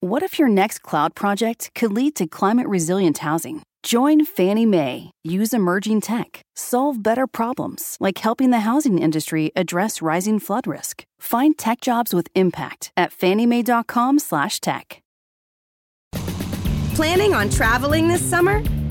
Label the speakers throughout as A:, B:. A: What if your next cloud project could lead to climate resilient housing? Join Fannie Mae. Use emerging tech. Solve better problems, like helping the housing industry address rising flood risk. Find tech jobs with impact at fanniemae.com/tech.
B: Planning on traveling this summer?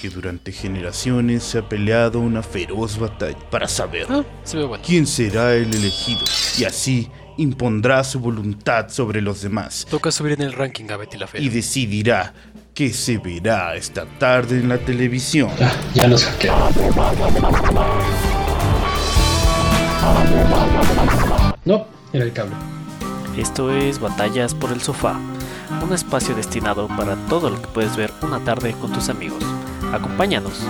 C: que durante generaciones se ha peleado una feroz batalla para saber
D: Ah, se ve bueno.
C: quién será el elegido y así impondrá su voluntad sobre los demás
D: Toca subir en el ranking a Betty la Fea.
C: y decidirá qué se verá esta tarde en la televisión.
E: Ya, ya lo saqué. No, era el cable.
F: Esto es Batallas por el Sofá, un espacio destinado para todo lo que puedes ver una tarde con tus amigos. Acompáñanos.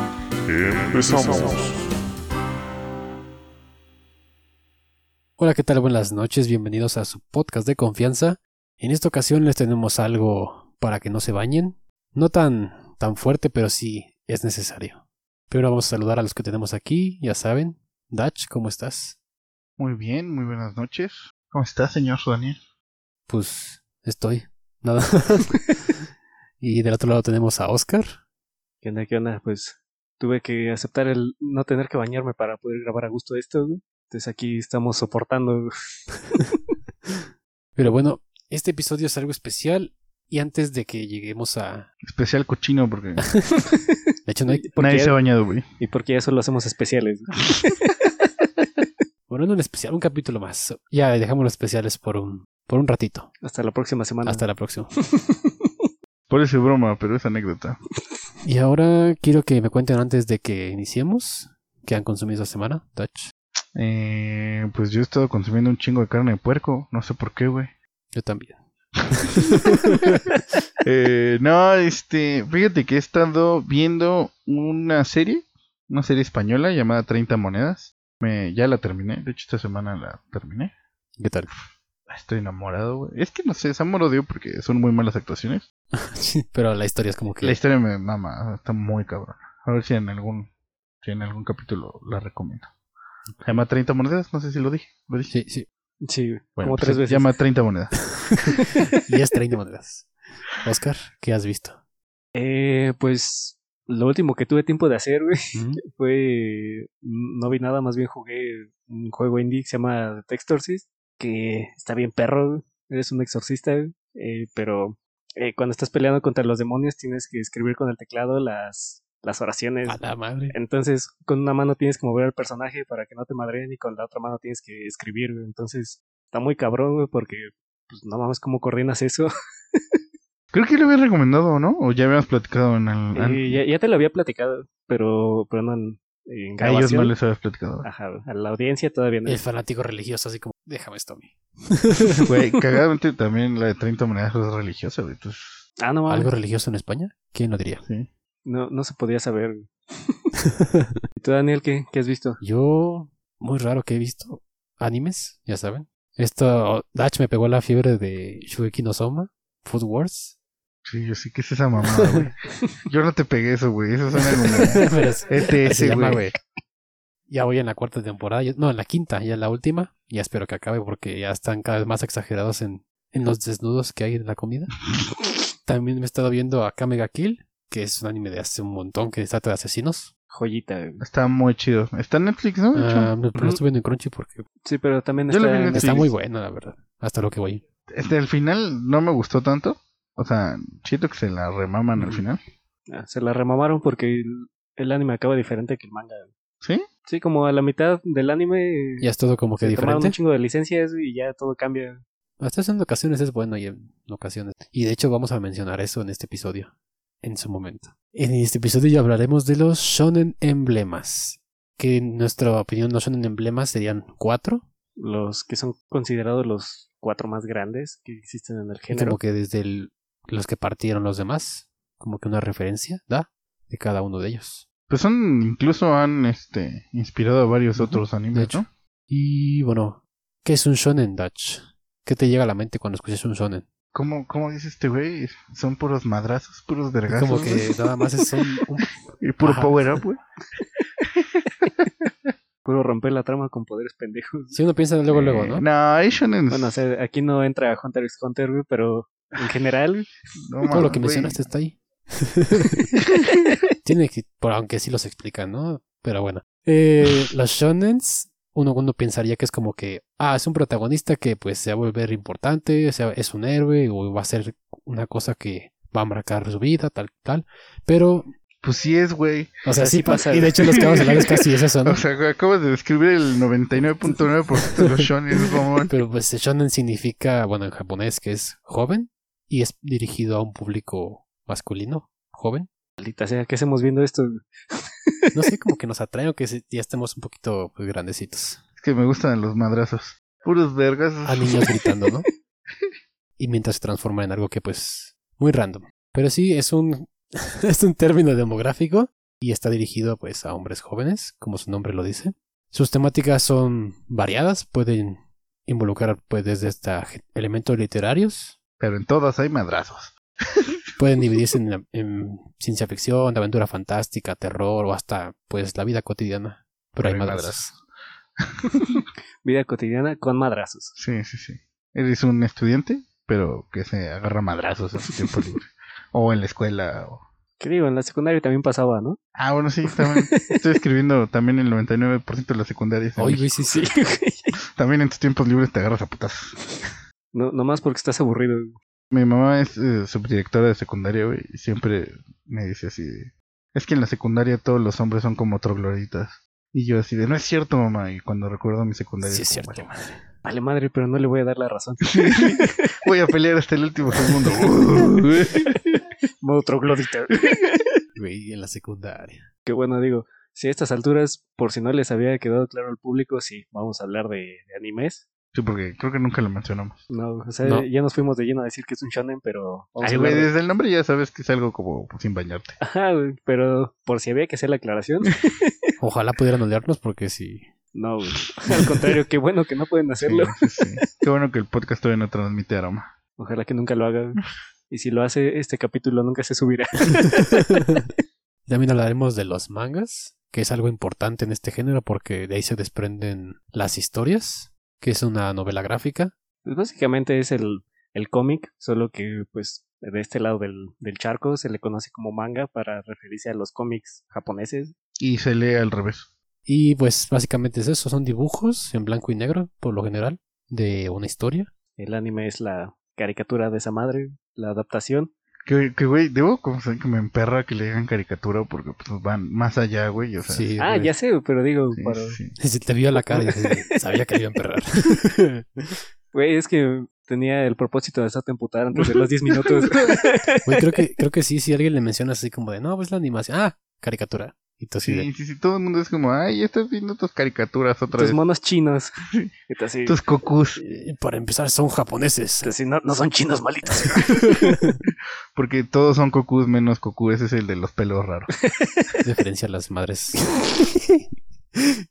D: Hola, ¿qué tal? Buenas noches, bienvenidos a su podcast de confianza. En esta ocasión les tenemos algo para que no se bañen. No tan, tan fuerte, pero sí es necesario. Primero vamos a saludar a los que tenemos aquí, ya saben. Dach, ¿cómo estás?
G: Muy bien, muy buenas noches. ¿Cómo está, señor Daniel?
D: Pues estoy. Nada. y del otro lado tenemos a Oscar.
H: ¿Qué onda? ¿Qué onda? Pues tuve que aceptar el no tener que bañarme para poder grabar a gusto esto, güey. Entonces aquí estamos soportando.
D: Pero bueno, este episodio es algo especial. Y antes de que lleguemos a.
G: Especial cochino porque
D: De hecho, no hay
G: nadie
H: Porque-
G: se ha bañado, güey.
H: Y porque eso lo hacemos especiales. güey.
D: Bueno, no un especial, un capítulo más. Ya dejamos los especiales por un, por un ratito.
H: Hasta la próxima semana.
D: Hasta la próxima.
G: Parece broma, pero es anécdota.
D: Y ahora quiero que me cuenten antes de que iniciemos qué han consumido esta semana, Touch.
G: Eh, pues yo he estado consumiendo un chingo de carne de puerco, no sé por qué, güey.
D: Yo también.
G: Eh, no, este, fíjate que he estado viendo una serie, una serie española llamada 30 monedas. Me, ya la terminé, de hecho esta semana la terminé.
D: ¿Qué tal?
G: Estoy enamorado, güey. Es que no sé, Sam lo dio porque son muy malas actuaciones.
D: Sí, Pero la historia es como que...
G: La historia me mama, está muy cabrón. A ver si en algún si en algún capítulo la recomiendo. Se llama 30 monedas, no sé si lo dije. ¿Lo dije?
D: Sí, sí.
H: Sí, güey.
G: Bueno,
H: como
G: pues
H: tres
G: se
H: veces.
G: Llama 30 monedas.
D: Y es 30 monedas. Oscar, ¿qué has visto?
H: Eh, pues lo último que tuve tiempo de hacer, güey,
D: ¿Mm?
H: fue. mm, No vi nada, más bien jugué un juego indie que se llama The Exorcist, que está bien perro, güey. Eres un exorcista, güey. Eh, pero eh, cuando estás peleando contra los demonios tienes que escribir con el teclado las, las oraciones.
G: Ah.
D: A la madre.
H: Entonces, con una mano tienes que mover al personaje para que no te madreen y con la otra mano tienes que escribir, güey. Entonces, está muy cabrón, güey, porque pues no mames cómo coordinas eso.
G: Creo que lo había recomendado, ¿no? O ya habíamos platicado en el... an-
H: Eh, ya, ya te lo había platicado, pero, pero no en, en
G: a ellos no
H: grabación.
G: les habías platicado.
D: Ah.
H: Ajá, güey. a la audiencia todavía no.
D: El fanático religioso, así como, déjame esto a mí.
G: Güey, cagadamente también la de 30 monedas es religiosa, güey. Entonces,
H: Ah, no mames.
D: ¿Algo religioso en España? ¿Quién lo diría?
G: sí.
H: No, no se podía saber. güey. ¿Y tú, Daniel, qué, qué has visto?
D: Yo, muy raro que he visto animes, ya saben. Esto, Dash me pegó la fiebre de Shugeki no Soma, Food Wars.
G: Sí, yo sí que es esa mamada, güey. Yo no te pegué eso, güey. Eso suena como
D: Pero es- así se
G: ETS,
D: llama,
G: güey.
D: güey. Ya voy en la cuarta temporada, ya- no, en la quinta, ya en la última. Ya espero que acabe porque ya están cada vez más exagerados en, en los desnudos que hay en la comida. También me he estado viendo a Kamega Kill, que es un anime de hace un montón que trata de asesinos.
H: Joyita. güey.
G: Está muy chido. Está en Netflix, ¿no? De hecho.
D: Ah, no, pero lo estoy viendo en Crunchy porque
H: Sí, pero también
G: Yo lo vi en
H: está en
G: Netflix.
D: está
G: Sí.
D: muy bueno, la verdad. Hasta lo que voy.
G: Este, el final no me gustó tanto. O sea, siento que se la remaman al
H: Ujú.
G: final.
H: Ah, Se la remamaron porque el, el anime acaba diferente que el manga. güey.
G: ¿Sí?
H: Sí, como a la mitad del anime
D: Ya es todo como que
H: se tomaron
D: diferente.
H: un chingo de licencias güey, y ya todo cambia.
D: Hasta eso en ocasiones es bueno y en ocasiones. Y de hecho vamos a mencionar eso en este episodio. En su momento. En este episodio ya hablaremos de los shonen emblemas. Que en nuestra opinión los shonen emblemas serían cuatro.
H: Los que son considerados los cuatro más grandes que existen en el
D: y
H: género.
D: Como que desde el los que partieron los demás, como que una referencia, ¿da? De cada uno de ellos.
G: Pues son, incluso han este, inspirado a varios otros
D: De
G: animes,
D: hecho.
G: ¿no?
D: Y bueno, ¿qué es un shonen, Dutch? ¿Qué te llega a la mente cuando escuchas un shonen?
G: ¿Cómo, cómo dice este güey? Son puros madrazos, puros
D: Es
G: vergazos.
D: como que nada más es un- un
G: Y puro
D: Ajá.
G: power up, güey.
H: Puro romper la trama con poderes pendejos.
D: Si uno piensa luego, luego, ¿no?
G: Eh, No, hay shonen.
H: Bueno, o sea, aquí no entra Hunter x Hunter, güey, pero en general,
G: no
D: Todo lo
G: mames,
D: que
G: güey.
D: mencionaste está ahí. Tiene que, por aunque sí los explican, ¿no? Pero bueno. Eh, los shonens, uno, uno pensaría que es como que, ah, es un protagonista que pues se va a volver importante, o sea, es un héroe o va a ser una cosa que va a marcar su vida, tal, tal. Pero,
G: Pues sí es, güey.
D: o sea, sí
H: Así
D: pasa.
H: pasa.
D: Y de hecho, los cabos es casi es eso, ¿no?
G: O sea, güey, acabas de describir el 99.9% de los shonen, mamón.
D: Pero pues shonen significa, bueno, en japonés que es joven y es dirigido a un público masculino, joven.
H: maldita sea, ¿qué hacemos viendo esto? güey?
D: No sé, como que nos atrae o que se- ya estemos un poquito pues, grandecitos.
G: Es que me gustan los madrazos. Puros vergazos.
D: A niños gritando, ¿no? Y mientras se transforma en algo que pues muy random. Pero sí, es un, es un término demográfico y está dirigido pues a hombres jóvenes, como su nombre lo dice. Sus temáticas son variadas, pueden involucrar pues desde hasta ge- elementos literarios,
G: Pero en todas hay madrazos.
D: pueden dividirse en, en ciencia ficción, aventura fantástica, terror o hasta pues la vida cotidiana. Pero, hay madrazos.
H: Vida cotidiana con madrazos.
G: Sí, sí, sí. Eres un estudiante, pero que se agarra madrazos en su tiempo libre. O en la escuela. o-
H: ¿Qué digo? En la secundaria también pasaba, ¿no?
G: Ah, bueno, sí, también. Estoy escribiendo también el 99% de las secundarias. en
D: Ay,
G: México.
D: güey, sí, sí.
G: También en tus tiempos libres te agarras a putazos.
H: No, nomás porque estás aburrido. güey.
G: Mi mamá es eh, subdirectora de secundaria, güey, y siempre me dice así de, Es que en la secundaria todos los hombres son como trogloditas. Y yo así de, no es cierto, mamá. Y cuando recuerdo mi secundaria...
D: Sí, es
G: como,
D: cierto.
G: "Bueno,
H: Vale madre, pero no le voy a dar la razón.
G: Voy a pelear hasta el último segundo.
H: Modo troglodita.
D: Güey, en la secundaria.
H: que bueno, digo, si a estas alturas, por si no les había quedado claro al público, sí, vamos a hablar de, de animes.
G: sí, porque creo que nunca lo mencionamos.
H: No, o sea,
D: No.
H: ya nos fuimos de lleno a decir que es un shonen, pero vamos
G: Ay,
H: a hablar
G: güey,
H: de-
G: desde el nombre ya sabes que es algo como pues, sin bañarte.
H: Ajá, güey, pero por si había que hacer la aclaración,
D: Ojalá pudieran odiarnos porque sí.
H: no, güey. Al contrario, qué bueno que no pueden hacerlo.
G: Sí, sí, sí. Qué bueno que el podcast todavía no transmite aroma.
H: Ojalá que nunca lo haga. güey. Y si lo hace, este capítulo nunca se subirá.
D: También hablaremos de los mangas, que es algo importante en este género porque de ahí se desprenden las historias, que es una novela gráfica.
H: Pues básicamente es el, el cómic, solo que pues de este lado del, del charco se le conoce como manga para referirse a los cómics japoneses.
G: Y se lee al revés.
D: Y pues básicamente es eso, son dibujos en blanco y negro, por lo general, de una historia.
H: El anime es la caricatura de esa madre, la adaptación.
G: Que, que, güey, debo confesar que me emperra que le digan caricatura porque pues van más allá, güey. O sea,
D: Sí,
H: Ah,
D: güey.
H: ya sé, pero digo,
G: sí,
H: para-
G: sí.
D: Se te vio la cara y dices, sabía que le iba a emperrar.
H: güey, es que tenía el propósito de hacerte emputar antes de los 10 minutos.
D: Güey, creo que, creo que sí, si alguien le menciona así como de, no, pues la animación, ah, caricatura. Y tú así de,
G: Sí, sí, sí, todo el mundo es como, ay, ya estás viendo tus caricaturas otra
H: Tus
G: vez.
H: monos chinos. Y tú así,
G: Tus cocus.
D: "Eh, para empezar son japoneses.
H: tú así, no, no son chinos malitos.
G: Porque todos son cocus menos cocu, ese es el de los pelos raros.
D: Referencia a las madres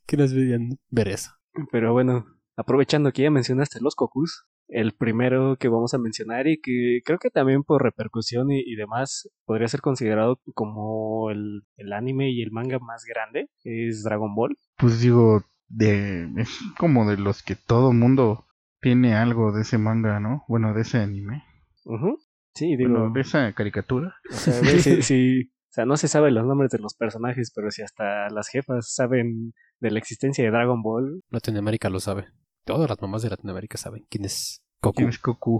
D: que nos veían ver eso.
H: Pero bueno, aprovechando que ya mencionaste los cocus, el primero que vamos a mencionar y que creo que también por repercusión y, y demás podría ser considerado como el, el anime y el manga más grande es Dragon Ball.
G: Pues digo, de, es como de los que todo mundo tiene algo de ese manga, ¿no? Bueno, de ese anime.
H: Ujú. Sí, digo,
G: Bueno, de esa caricatura.
H: O sea, güey, si, si- o sea, no se sabe los nombres de los personajes, pero si hasta las jefas saben de la existencia de Dragon Ball,
D: Latinoamérica lo sabe. Todas las mamás de Latinoamérica saben quién es Goku.
G: ¿Quién es Goku?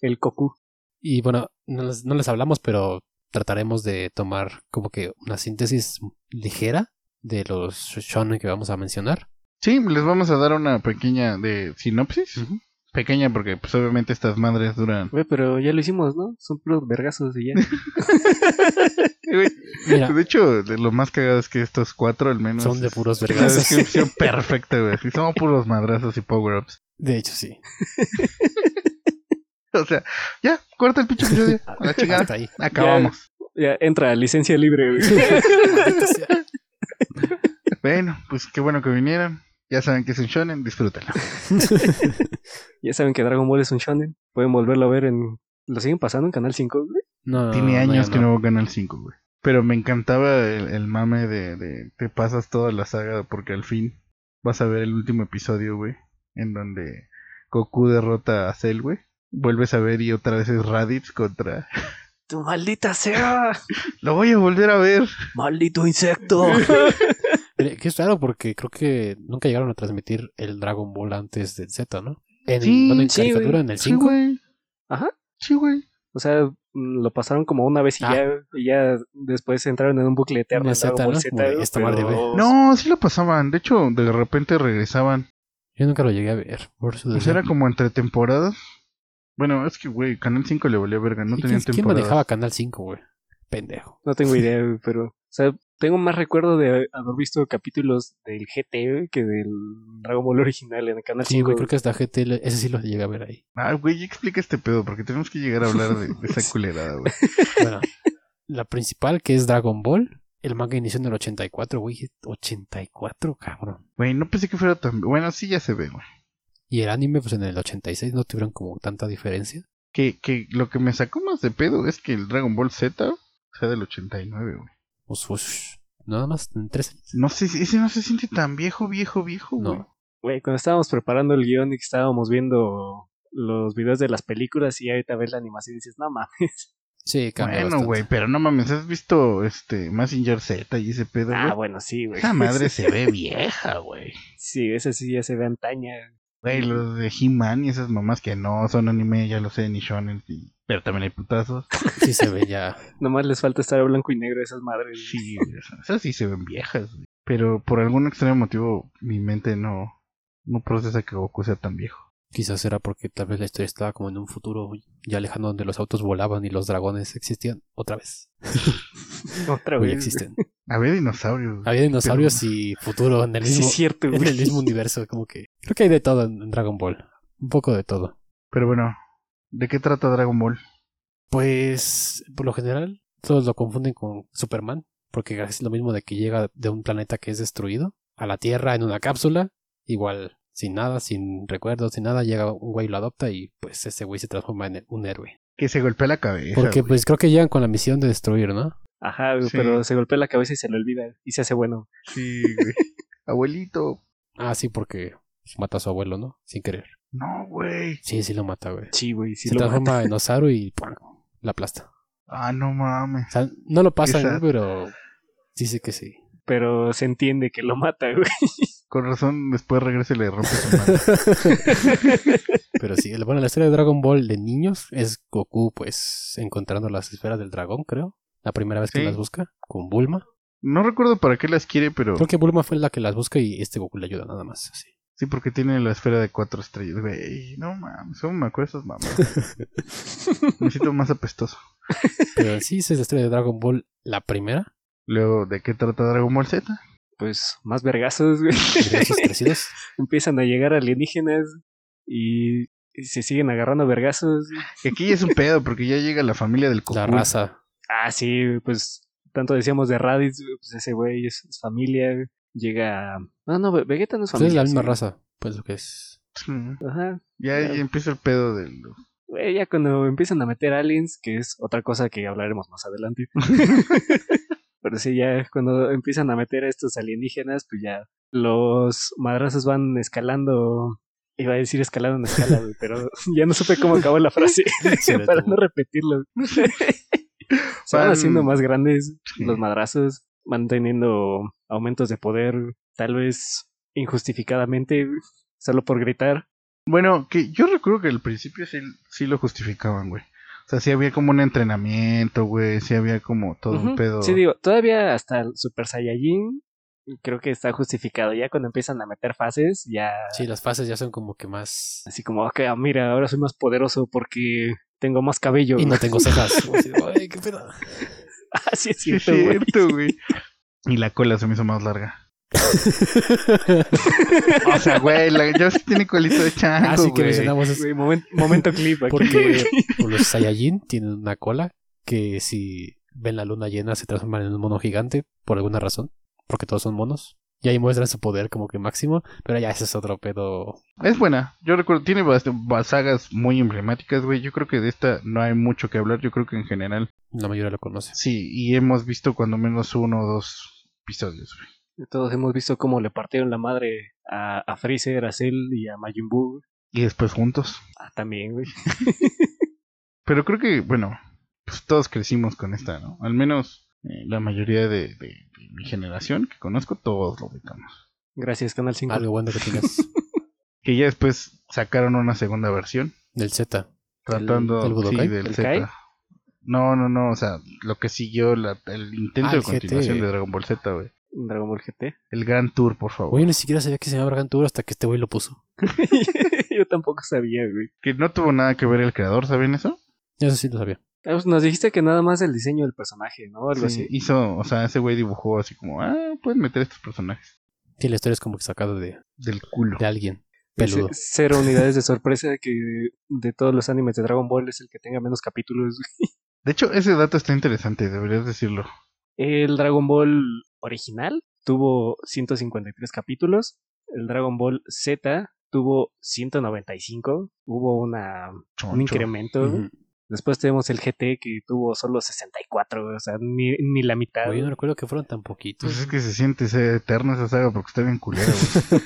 H: el Goku.
D: Y bueno, no les, no les hablamos, pero trataremos de tomar como que una síntesis ligera de los shonen que vamos a mencionar.
G: Sí, les vamos a dar una pequeña de sinopsis.
D: Ujú.
G: Pequeña porque pues obviamente estas madres duran...
H: Güey, pero ya lo hicimos, ¿no? Son puros vergazos y ya.
G: Güey,
D: Mira,
G: De hecho, de lo más cagado es que estos cuatro al menos...
D: son de puros
G: La
D: vergazos.
G: descripción perfecta, güey. Sí, son puros madrazos y power-ups.
D: De hecho, sí.
G: o sea, ya, corta el pinche episodio. A la chingada.
D: Hasta ahí.
G: Acabamos.
H: Ya, entra, licencia libre. güey.
D: Maldita sea.
G: Bueno, pues qué bueno que vinieron. Ya saben que es un shonen, disfrútenlo.
H: ya saben que Dragon Ball es un shonen. Pueden volverlo a ver en... ¿Lo siguen pasando en Canal 5? güey?
D: No,
G: Tiene años
D: ya
G: que no hubo Canal 5, güey. Pero me encantaba el, el mame de, de te pasas toda la saga porque al fin vas a ver el último episodio, güey. En donde Goku derrota a Cell, güey. Vuelves a ver y otra vez es Raditz contra...
H: ¡Tu maldita sea!
G: Lo voy a volver a ver.
H: ¡Maldito insecto!
D: Mire, Eh, que es raro porque creo que nunca llegaron a transmitir el Dragon Ball antes del Z, ¿no? En,
G: Sí,
D: bueno, en
H: sí,
D: caricatura,
H: güey.
D: en el
G: Sí,
D: 5.
G: güey.
H: Ajá.
G: Sí, güey.
H: O sea, mm, lo pasaron como una vez y,
D: Ah.
H: ya, y ya después entraron en un bucle eterno.
D: Una
H: en
D: zeta,
H: Dragon Ball
D: ¿no?
H: Z,
D: Como de,
H: güey,
D: esta madre, güey.
G: No, sí lo pasaban. De hecho, de repente regresaban.
D: Yo nunca lo llegué a ver, por su
G: O sea, Pues era como entre temporadas. Bueno, es que, güey, Canal 5 le valía verga. No
D: ¿Y ¿Quién,
G: tenían
D: quién
G: temporadas.
D: manejaba Canal 5, güey? Pendejo.
H: No tengo idea, güey, pero. O sea, tengo más recuerdo de haber visto capítulos del GT güey, que del Dragon Ball original en el Canal
D: Sí,
H: 5.
D: güey, creo que hasta GT, le- ese sí lo llegué a ver ahí.
G: Ah, güey, ya explica este pedo porque tenemos que llegar a hablar de, de esa culerada, güey.
D: Bueno, la principal que es Dragon Ball. El manga inició en el 84, güey. 84, cabrón.
G: Güey, no pensé que fuera tan... Bueno, sí ya se ve, güey.
D: Y el anime, pues en el 86 no tuvieron como tanta diferencia.
G: Que, que lo que me sacó más de pedo es que el Dragon Ball Z sea del 89, güey.
D: Pues, ush, nada más en tres años.
G: No sé, si- ese no se siente tan viejo, viejo, viejo,
D: No.
G: güey.
H: Güey, cuando estábamos preparando el guión y que estábamos viendo los videos de las películas y ahorita ves la animación y dices, no mames.
D: Sí, cambia
G: bueno,
D: bastante.
G: güey, pero no mames, ¿has visto este Massinger Z y ese pedo, güey?
H: Ah, bueno, sí, güey.
G: Esa madre se ve vieja, güey.
H: Sí, esa sí ya se ve antaña.
G: Güey, los de He-Man y esas mamás que no son anime, ya lo sé, ni shonen, y- pero también hay putazos.
D: Sí se ve ya.
H: Nomás les falta estar a blanco y negro a esas madres. güey.
G: Sí, güey, esas- esas sí se ven viejas, güey. Pero por algún extraño motivo mi mente no, no procesa que Goku sea tan viejo.
D: Quizás era porque tal vez la historia estaba como en un futuro ya lejano donde los autos volaban y los dragones existían otra vez.
H: Otra
D: O ya
H: vez.
D: existen.
G: Había dinosaurios. güey.
D: Había dinosaurios y futuro en el
H: Sí,
D: mismo,
H: es cierto,
D: en
H: güey.
D: el mismo universo. Como que creo que hay de todo en en Dragon Ball. Un poco de todo.
G: Pero bueno, ¿de qué trata Dragon Ball?
D: Pues, por lo general, todos lo confunden con Superman, porque es lo mismo de que llega de un planeta que es destruido a la Tierra en una cápsula, igual, sin nada, sin recuerdos, sin nada, llega un güey y lo adopta y pues ese güey se transforma en un héroe.
G: Que se golpea la cabeza.
D: Porque
G: güey.
D: pues creo que llegan con la misión de destruir, ¿no?
H: Ajá, güey,
G: Sí.
H: pero se golpea la cabeza y se lo olvida y se hace bueno.
G: Sí, güey. Abuelito.
D: Ah, sí, porque pues, mata a su abuelo, ¿no? Sin querer.
G: No, güey.
D: Sí, sí lo mata, güey.
H: Sí, güey, sí
D: se
H: lo
D: transforma
H: mata.
D: en Osaru y ¡pum! la aplasta.
G: Ah, no mames.
D: O sea, no lo pasa,
G: Quizá-
D: ¿no? pero dice que sí.
H: Pero se entiende que lo mata, güey.
G: Con razón, después regresa y le rompe su mano.
D: Pero sí, el- bueno, la historia de Dragon Ball de niños es Goku, pues, encontrando las esferas del dragón, creo. La primera vez que
G: Sí.
D: las busca, con Bulma.
G: No recuerdo para qué las quiere, pero
D: Creo que Bulma fue la que las busca y este Goku le ayuda nada más. así.
G: sí, porque tiene la esfera de cuatro estrellas. Güey, no mames. Solo me acuerdo de esas mamás. me siento más apestoso.
D: Pero en sí, esa es la historia de Dragon Ball, la primera.
G: Luego, ¿de qué trata Dragon Ball Z?
H: Pues más vergazos, güey.
D: de esos crecidos.
H: Empiezan a llegar alienígenas y y se siguen agarrando a vergazos.
G: Que aquí ya es un pedo porque ya llega la familia del Goku.
D: La raza.
H: Ah, sí, güey, pues tanto decíamos de Raditz, güey, pues ese güey es, es familia. güey. Llega. No, no, Ve- Vegeta no es
D: Pues
H: familia.
D: es la misma
H: sí.
D: raza, pues lo que es.
G: Sí.
H: Ajá.
G: Ya, ya empieza el pedo del...
H: Güey, ya cuando empiezan a meter aliens, que es otra cosa que hablaremos más adelante. Pero sí, ya cuando empiezan a meter a estos alienígenas, pues ya los madrazos van escalando. Iba a decir escalando en escala, güey, pero ya no supe cómo acabó la frase
D: Se detuvo.
H: para no repetirlo. Se van
G: Van-
H: haciendo más grandes
G: Sí.
H: los madrazos, van teniendo aumentos de poder, tal vez injustificadamente, solo por gritar.
G: Bueno, que yo recuerdo que al principio sí, sí lo justificaban, güey. O sea, sí había como un entrenamiento, güey. Sí había como todo un
H: Ujú.
G: pedo.
H: Sí, digo, todavía hasta el Super Saiyajin creo que está justificado. Ya cuando empiezan a meter fases, ya
D: Sí, las fases ya son como que más.
H: así como, ok, ah, mira, ahora soy más poderoso porque tengo más cabello.
D: Y no tengo cejas. Así, Ay, qué pedo.
H: Así es
G: Sí, es
H: cierto, güey.
G: cierto, güey. Y la cola se me hizo más larga. O sea, güey, la yo sí tiene colito de chango,
H: Ah,
D: Así que
G: güey.
D: mencionamos es
H: Güey, momen- momento clip aquí.
D: porque los Saiyajin tienen una cola que si ven la luna llena se transforman en un mono gigante por alguna razón, porque todos son monos. Y ahí muestran su poder como que máximo, pero ya ese es otro pedo.
G: Es buena. Yo recuerdo, tiene bast- ba- sagas muy emblemáticas, güey. Yo creo que de esta no hay mucho que hablar. Yo creo que en general
D: La mayoría lo conoce.
G: sí. Y hemos visto cuando menos uno o dos episodios, güey.
H: Todos hemos visto cómo le partieron la madre a, a Freezer, a Cell y a Majin Buu. güey.
G: Y después juntos.
H: Ah, también, güey.
G: Pero creo que, bueno, pues todos crecimos con esta, ¿no? Al menos eh, la mayoría de, de- de mi generación que conozco, todos lo ubicamos.
H: Gracias, Canal 5.
D: Algo bueno que tengas
G: Que ya después sacaron una segunda versión.
D: del Z.
G: Tratando
D: del
G: sí,
D: Budokai?
G: del
H: ¿Del
G: Z.
H: Kai?
G: No, no, no, o sea, lo que siguió la- el intento
D: Ah, el
G: de continuación
D: GT.
G: de Dragon Ball Z, güey.
H: Dragon Ball GT.
G: El Gran Tour, por favor.
D: Oye, ni siquiera sabía que se llamaba Gantur hasta que este güey lo puso.
H: Yo tampoco sabía, güey.
G: Que no tuvo nada que ver el creador, ¿saben eso?
D: Eso sí lo sabía.
H: Ah, pues Nos dijiste que nada más el diseño del personaje, ¿no? Algo
G: Sí,
H: así.
G: hizo, o sea, ese güey dibujó así como, ah, pueden meter estos personajes
D: Sí, la historia es como que sacada de,
G: del culo.
D: de alguien
H: Ese-
D: peludo.
H: Cero unidades de sorpresa que de, todos los animes de Dragon Ball es el que tenga menos capítulos.
G: De hecho, ese dato está interesante, deberías decirlo.
H: El Dragon Ball original tuvo 153 capítulos. El Dragon Ball Z tuvo 195. Hubo una, un
G: Choncho.
H: incremento.
D: Ujú.
H: Después tenemos el GT que tuvo solo 64, o sea, ni, ni la mitad.
D: Oye, no recuerdo que fueron tan poquitos.
G: Pues es que se siente esa- eterna esa saga porque está bien culera, güey.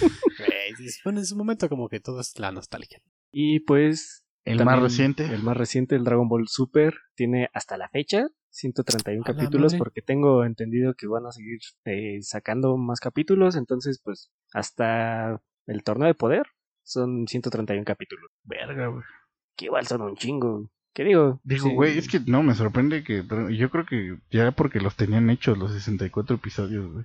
D: Güey, bueno, en su momento como que todo es la nostalgia.
H: Y pues...
G: El
H: también
G: más reciente.
H: El más reciente, el Dragon Ball Super, tiene hasta la fecha 131
D: A la
H: capítulos
D: madre.
H: porque tengo entendido que van a seguir eh, sacando más capítulos, entonces pues hasta el torneo de poder son 131 capítulos.
G: Verga, güey.
H: Que igual son un chingo. ¿Qué digo?
G: Digo,
H: Sí.
G: güey, es que no, me sorprende que. Yo creo que ya porque los tenían hechos los 64 episodios, güey.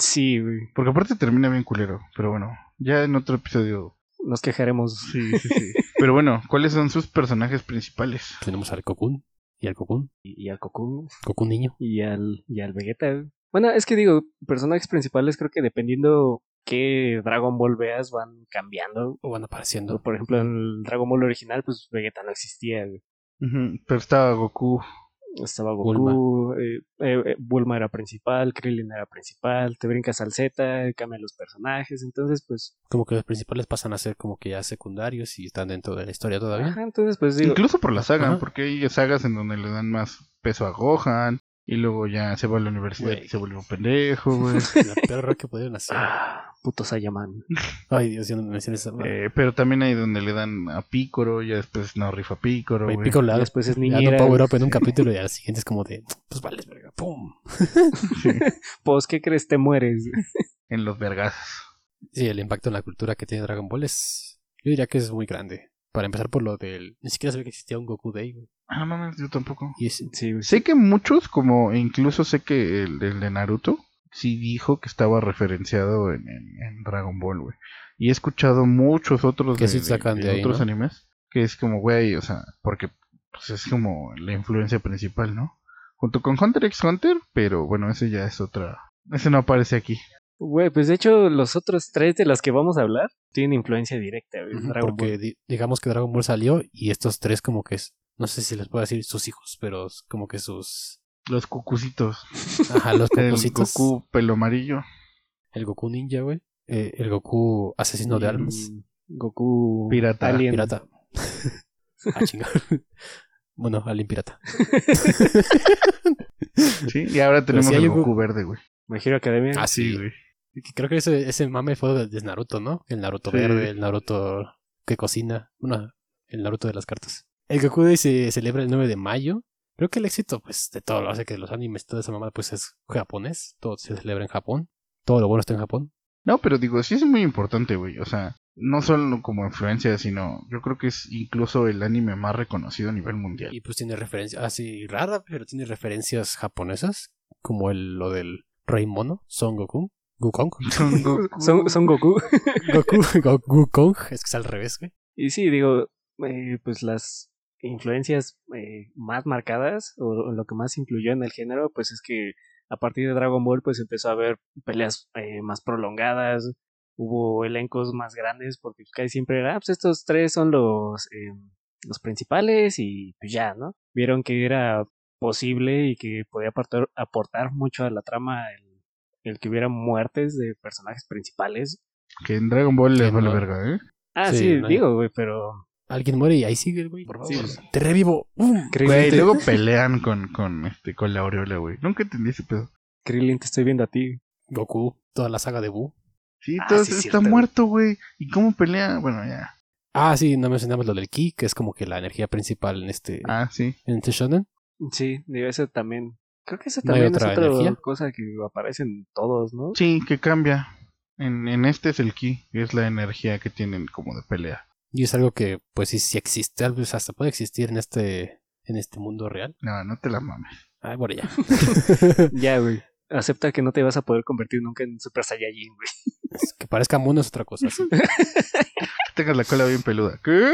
H: Sí, güey.
G: Porque aparte termina bien culero, pero bueno, ya en otro episodio.
H: Nos quejaremos.
G: Sí, sí, sí. pero bueno, ¿cuáles son sus personajes principales?
D: Tenemos al Cocoon y al Cocoon.
H: Y, y al Cocoon
D: Cocoon niño.
H: y al, y al Vegeta. Bueno, es que digo, personajes principales creo que dependiendo qué Dragon Ball veas van cambiando.
D: O van apareciendo.
H: Por ejemplo, en el Dragon Ball original, pues Vegeta no existía, güey.
G: Ujú, Pero estaba Goku.
H: Estaba Goku, eh, eh, eh, Bulma era principal, Krillin era principal, te brincas al Z, cambian los personajes, entonces pues,
D: Como que los principales pasan a ser como que ya secundarios y están dentro de la historia todavía.
H: ajá, entonces pues digo,
G: Incluso por la saga,
D: Ajá.
G: porque hay sagas en donde le dan más peso a Gohan. Y luego ya se va a la universidad
D: Güey.
G: y se vuelve un pendejo, güey.
D: La peor error que pudieron hacer.
H: ah, puto Saiyaman.
D: Ay, Dios, yo no me mencioné esa madre.
G: Eh, pero también hay donde le dan a Pícoro, ya después no rifa Pícoro,
D: Güey,
G: güey.
D: Piccolo le da-
H: después es
D: le da un
H: niñera,
D: power up en un capítulo y al siguiente es como de, pues vale, verga, pum.
H: pues ¿qué crees? Te mueres.
G: En los vergazos.
D: Sí, el impacto en la cultura que tiene Dragon Ball es, yo diría que es muy grande. Para empezar por lo del, ni siquiera sabía que existía un Goku Day, güey.
G: Ah, mames, yo tampoco.
D: Y es,
H: Sí, güey.
G: Sé que muchos, como e incluso sé que el, el de Naruto, sí dijo que estaba referenciado en, en- en Dragon Ball, güey. Y he escuchado muchos otros
D: Que sí sacan de ahí,
G: otros
D: ¿no?
G: animes que es como, güey, o sea, porque pues, es como la influencia principal, ¿no? Junto con Hunter x Hunter, pero bueno, ese ya es otra. Ese no aparece aquí.
H: Güey, pues de hecho los otros tres de los que vamos a hablar tienen influencia directa, güey,
D: Ujú,
H: Dragon
D: porque
H: Ball.
D: di- digamos que Dragon Ball salió y estos tres como que es, no sé si les puedo decir sus hijos, pero es como que sus,
G: Los cucucitos.
D: ajá, los
G: El
D: compositos.
G: Goku pelo amarillo.
D: El Goku ninja, güey. Eh, el Goku asesino de
H: Y
D: armas.
H: mm, Goku.
G: Pirata.
H: Alien.
D: Pirata. ah, chinga. bueno, alien pirata.
G: Sí, y ahora tenemos
D: sí hay
G: el
D: un Go-
G: Goku verde, güey.
H: My Hero Academia.
D: Ah, sí.
G: güey.
D: Que Creo que ese, ese mame fue de, de Naruto, ¿no? El Naruto
G: Sí.
D: verde, el Naruto que cocina. Bueno, el Naruto de las cartas. El Goku Day se celebra el 9 de mayo. Creo que el éxito, pues, de todo, lo hace que los animes, toda esa mamada, pues es japonés. Todo se celebra en Japón. Todo lo bueno está en Japón.
G: No, pero digo, sí es muy importante, güey. O sea, no solo como influencia, sino yo creo que es incluso el anime más reconocido a nivel mundial.
D: Y pues tiene referencias, así rara, pero tiene referencias japonesas. Como el, lo del Rey Mono, Son Goku. Gukong.
G: Son Goku.
H: Son, son Goku.
D: Goku, Go- Gukong, es que es al revés, güey.
H: Y sí, digo, eh, pues las influencias eh, más marcadas o, o lo que más influyó en el género, pues es que a partir de Dragon Ball pues empezó a haber peleas eh, más prolongadas, hubo elencos más grandes porque casi siempre era, ah, pues estos tres son los, eh, los principales y pues ya, ¿no? Vieron que era posible y que podía aportar, aportar mucho a la trama el, el que hubiera muertes de personajes principales.
G: Que en Dragon Ball les
D: Que
G: vale
D: no.
G: verga, ¿eh?
H: Ah,
D: Sí,
H: sí,
D: ¿no?
H: digo, güey, pero...
D: Alguien muere y ahí sigue, el güey, por favor. Te revivo. ¡Um!
G: Güey,
H: Krillin, te,
G: luego pelean con, con, este, con la aureola, güey. Nunca entendí ese pedo.
H: Krillin, te estoy viendo a ti.
D: Goku, toda la saga de Buu.
G: Sí,
H: Ah,
G: todo
H: sí,
G: está
H: cierto, güey.
G: muerto, güey. ¿Y cómo pelea? Bueno, ya.
D: Ah, sí, no mencionamos lo del ki, que es como que la energía principal en este,
G: Ah, sí.
D: en este shonen.
H: Sí, digo, eso también. Creo que eso
D: ¿No hay
H: también es
D: otra
H: otra
D: energía?
H: cosa que aparece en todos, ¿no?
G: Sí, que cambia. En, en este es el ki, que es la energía que tienen como de pelea.
D: Y es algo que, pues sí, sí existe, tal vez hasta puede existir en este, en este mundo real.
G: No, no te la mames.
D: Ay, por allá.
H: Ya, güey. Acepta que no te vas a poder convertir nunca en Super Saiyajin, güey.
D: Es que parezca mono es otra cosa. sí.
G: Que tengas la cola bien peluda. ¿Qué?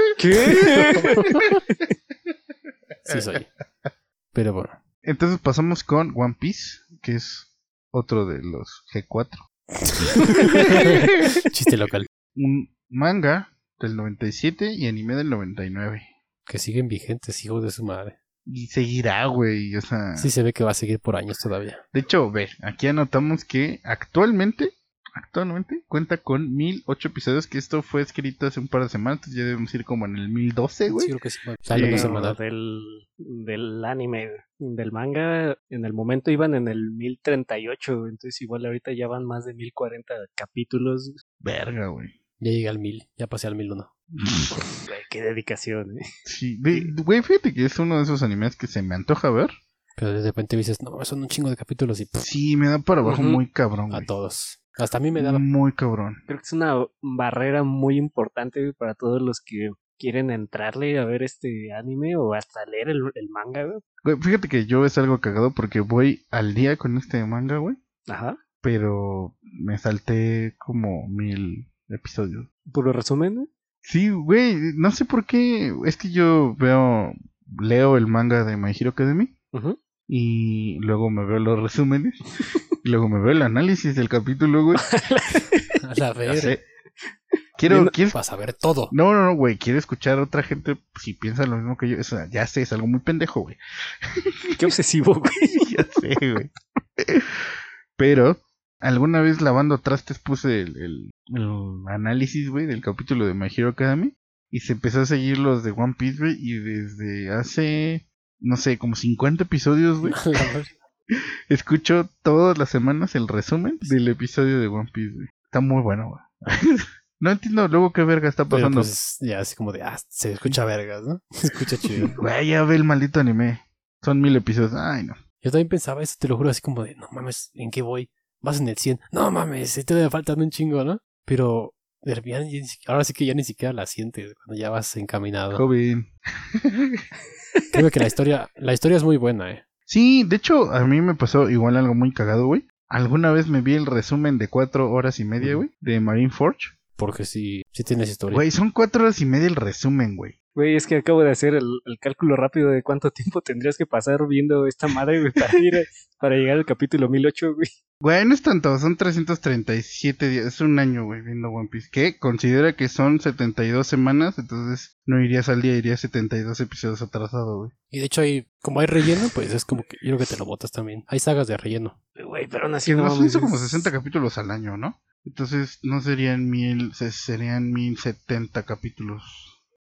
D: Sí soy. Pero bueno.
G: Entonces pasamos con One Piece, que es otro de los G4.
D: Chiste local.
G: Un manga del 97 y anime del 99.
D: Que siguen vigentes, hijos de su madre.
G: Y seguirá, güey. O sea,
D: Sí se ve que va a seguir por años todavía.
G: De hecho, ve, aquí anotamos que actualmente, actualmente cuenta con 1008 episodios, que esto fue escrito hace un par de semanas, entonces ya debemos ir como en el 1012,
D: Sí,
G: güey.
D: creo que sí. Sale
G: Sí.
D: una
H: Pero
D: semanal.
H: del, del anime, del manga, en el momento iban en el 1038, güey. entonces igual ahorita ya van más de 1040 capítulos.
G: Verga, güey.
D: Ya llegué al mil, ya pasé al mil uno.
H: Güey, qué dedicación, eh.
G: Sí, ve- güey, fíjate que es uno de esos animes que se me antoja ver.
D: Pero de repente dices, no, son un chingo de capítulos y pff,
G: Sí, me da para abajo
H: Ujú.
G: muy cabrón,
D: a
G: güey. Mm,
D: todos. Hasta a mí me daba.
G: Muy cabrón.
H: Creo que es una barrera muy importante güey, para todos los que quieren entrarle a ver este anime o hasta leer el, el manga, güey.
G: Güey, fíjate que yo es algo cagado porque voy al día con este manga, güey,
H: Ajá.
G: pero me salté como mil episodios.
H: Puro resumen, güey.
G: Sí, güey, no sé por qué. Es que yo veo, leo el manga de My Hero Academy
H: Ujú.
G: y luego me veo los resúmenes y luego me veo el análisis del capítulo, güey.
D: A la
G: Ya
D: ver.
G: sé. Quiero,
H: Viendo-
G: quiero-
D: Para saber todo.
G: No, no, no, güey, quiero escuchar a otra gente si piensa lo mismo que yo. Eso, ya sé, es algo muy pendejo, güey.
H: Qué obsesivo, güey.
G: ya sé, güey. Pero, alguna vez lavando trastes puse el, el- el análisis, güey, del capítulo de My Hero Academy. Y se empezó a seguir los de One Piece, güey. Y desde hace, no sé, como 50 episodios, güey.
D: A la ver.
G: Escucho todas las semanas el resumen del episodio de One Piece, güey. Está muy bueno, güey. no entiendo luego qué verga está
D: Pero
G: pasando.
D: pues ya así como de, ah, se escucha vergas, ¿no? Se escucha chido.
G: Güey, ya ve el maldito anime. Son mil episodios. Ay, no.
D: Yo también pensaba eso, te lo juro, así como de, no mames, ¿en qué voy? Vas en el 100. No mames, te le faltan un chingo, ¿no? Pero de repente ya ni si- ahora sí que ya ni siquiera la sientes cuando ya vas encaminado.
G: Joven.
D: Creo que la historia, la historia es muy buena, ¿eh?
G: Sí, de hecho, a mí me pasó igual algo muy cagado, güey. Alguna vez me vi el resumen de cuatro horas y media, güey, de Marine Forge.
D: Porque sí, sí tienes historia.
G: Güey, son cuatro horas y media el resumen, güey.
H: Güey, es que acabo de hacer el, el cálculo rápido de cuánto tiempo tendrías que pasar viendo esta madre, güey, para, ir a- para llegar al capítulo 1008, güey.
G: Güey, no es tanto, son 337 días, es un año, güey, viendo One Piece. Que considera que son 72 semanas, entonces no irías al día, irías 72 episodios atrasado, güey.
D: Y de hecho, hay, como hay relleno, pues es como que yo creo que te lo botas también. Hay sagas de relleno.
H: Güey, pero aún así
G: Que no, son
H: mames,
G: eso como
H: es-
G: 60 capítulos al año, ¿no? Entonces no serían mil, se- serían 1070 capítulos.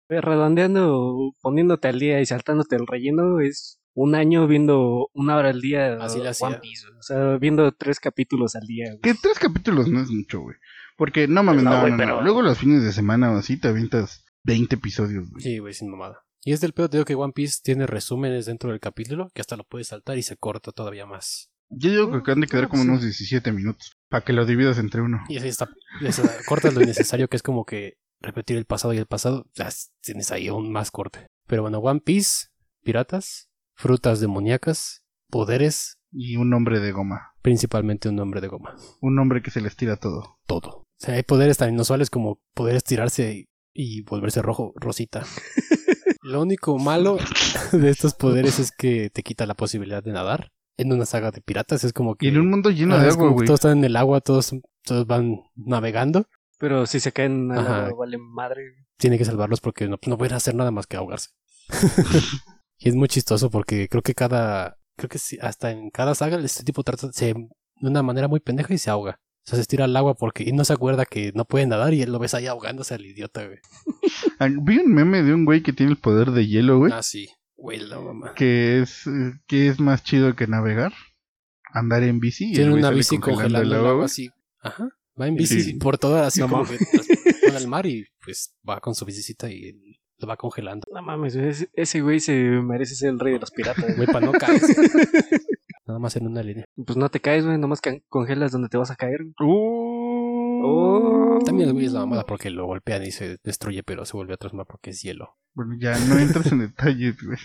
H: güey, redondeando, poniéndote al día y saltándote el relleno es un año viendo una hora al día
D: Así le hacía.
H: One Piece, güey. o sea, viendo tres capítulos al día, güey.
G: Que tres capítulos no es mucho, güey. Porque, no mames,
H: No,
G: no,
H: güey,
G: no,
H: pero-
G: no. Luego los fines de semana o así te avientas 20 episodios, güey.
D: Sí, güey, sin mamada. Y es del pedo, te digo que One Piece tiene resúmenes dentro del capítulo que hasta lo puedes saltar y se corta todavía más.
G: Yo digo que han de
D: Ah,
G: quedar como unos 17 minutos. Para que lo dividas entre uno.
D: Y así está, esa- cortas lo innecesario que es como que repetir el pasado y el pasado, ya s- tienes ahí aún más corte. Pero bueno, One Piece, piratas, frutas demoníacas, poderes,
G: Y un hombre de goma.
D: principalmente un hombre de goma,
G: Un hombre que se les tira todo.
D: todo. O sea, hay poderes tan inusuales como poder estirarse y, y volverse rojo, rosita. Lo único malo de estos poderes es que te quita la posibilidad de nadar, en una saga de piratas. Es como que.
G: Y en un mundo lleno
D: ah,
G: de
D: es
G: agua,
D: como que
G: güey.
D: Todos están en el agua, todos, todos van navegando.
H: Pero si se caen, al
D: Ajá.
H: agua, vale madre.
D: Tiene que salvarlos porque no, no pueden hacer nada más que ahogarse. y es muy chistoso porque creo que cada. Creo que sí, hasta en cada saga este tipo trata se- de una manera muy pendeja y se ahoga. O sea, se estira al agua porque y no se acuerda que no puede nadar y él lo ves ahí ahogándose al idiota, güey.
G: Ah, Vi un meme de un güey que tiene el poder de hielo, güey.
D: Ah, sí. Güey, la mamá.
G: Que es, eh, que es más chido que navegar. Andar en bici. y el
D: Tiene
G: güey
D: una
G: sale
D: bici congelando el agua,
G: güey.
D: así. Ajá. Va en
G: Sí,
D: bici
G: sí.
D: por toda así
H: No
D: como
H: mames.
D: que transporta al mar y pues va con su bicicita y lo va congelando.
H: No mames, ese, ese güey se merece ser el rey de los piratas.
D: Güey,
H: güey.
D: para no caerse. Nada más en una línea.
H: pues no te caes, güey, nomás can- congelas donde te vas a caer. güey.
G: Oh.
D: También el güey es la mamada porque lo golpean y se destruye, pero se vuelve a transformar porque es hielo.
G: Bueno, ya no entras en detalles, güey.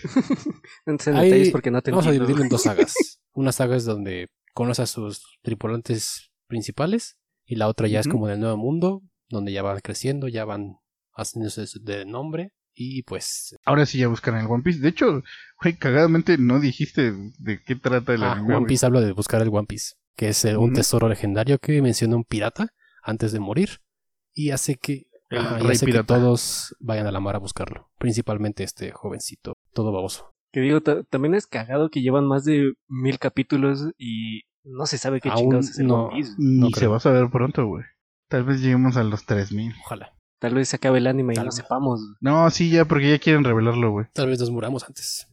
H: Antes en
D: Ahí-
H: detalles porque no te
D: Vamos a
H: entiendo,
D: dividirlo
H: güey.
D: en dos sagas. Una saga es donde conoce a sus tripulantes principales y la otra ya es
G: Ujú.
D: como del nuevo mundo, donde ya van creciendo, ya van haciéndose de nombre y pues
G: Ahora sí ya buscan el One Piece. De hecho, güey, cagadamente no dijiste de qué trata el
D: Ah,
G: anime,
D: One
G: güey.
D: Piece habla de buscar el One Piece, que es eh, un
G: Ujú.
D: tesoro legendario que menciona un pirata antes de morir y hace que,
G: El
D: ajá, y
G: rey
D: hace que
G: pirata.
D: todos vayan a la mar a buscarlo, principalmente este jovencito, todo baboso.
H: Que digo, ta- también es cagado que llevan más de mil capítulos y no se sabe qué
D: Aún
H: chingados es el
D: no.
H: One Piece.
G: Ni
D: No
G: se
D: creo.
G: va a saber pronto, güey. Tal vez lleguemos a los 3000.
D: Ojalá.
H: Tal vez se acabe el anime y
D: Tal
H: no
D: vez.
H: sepamos.
G: No, sí, ya, porque ya quieren revelarlo, güey.
D: Tal vez nos muramos antes.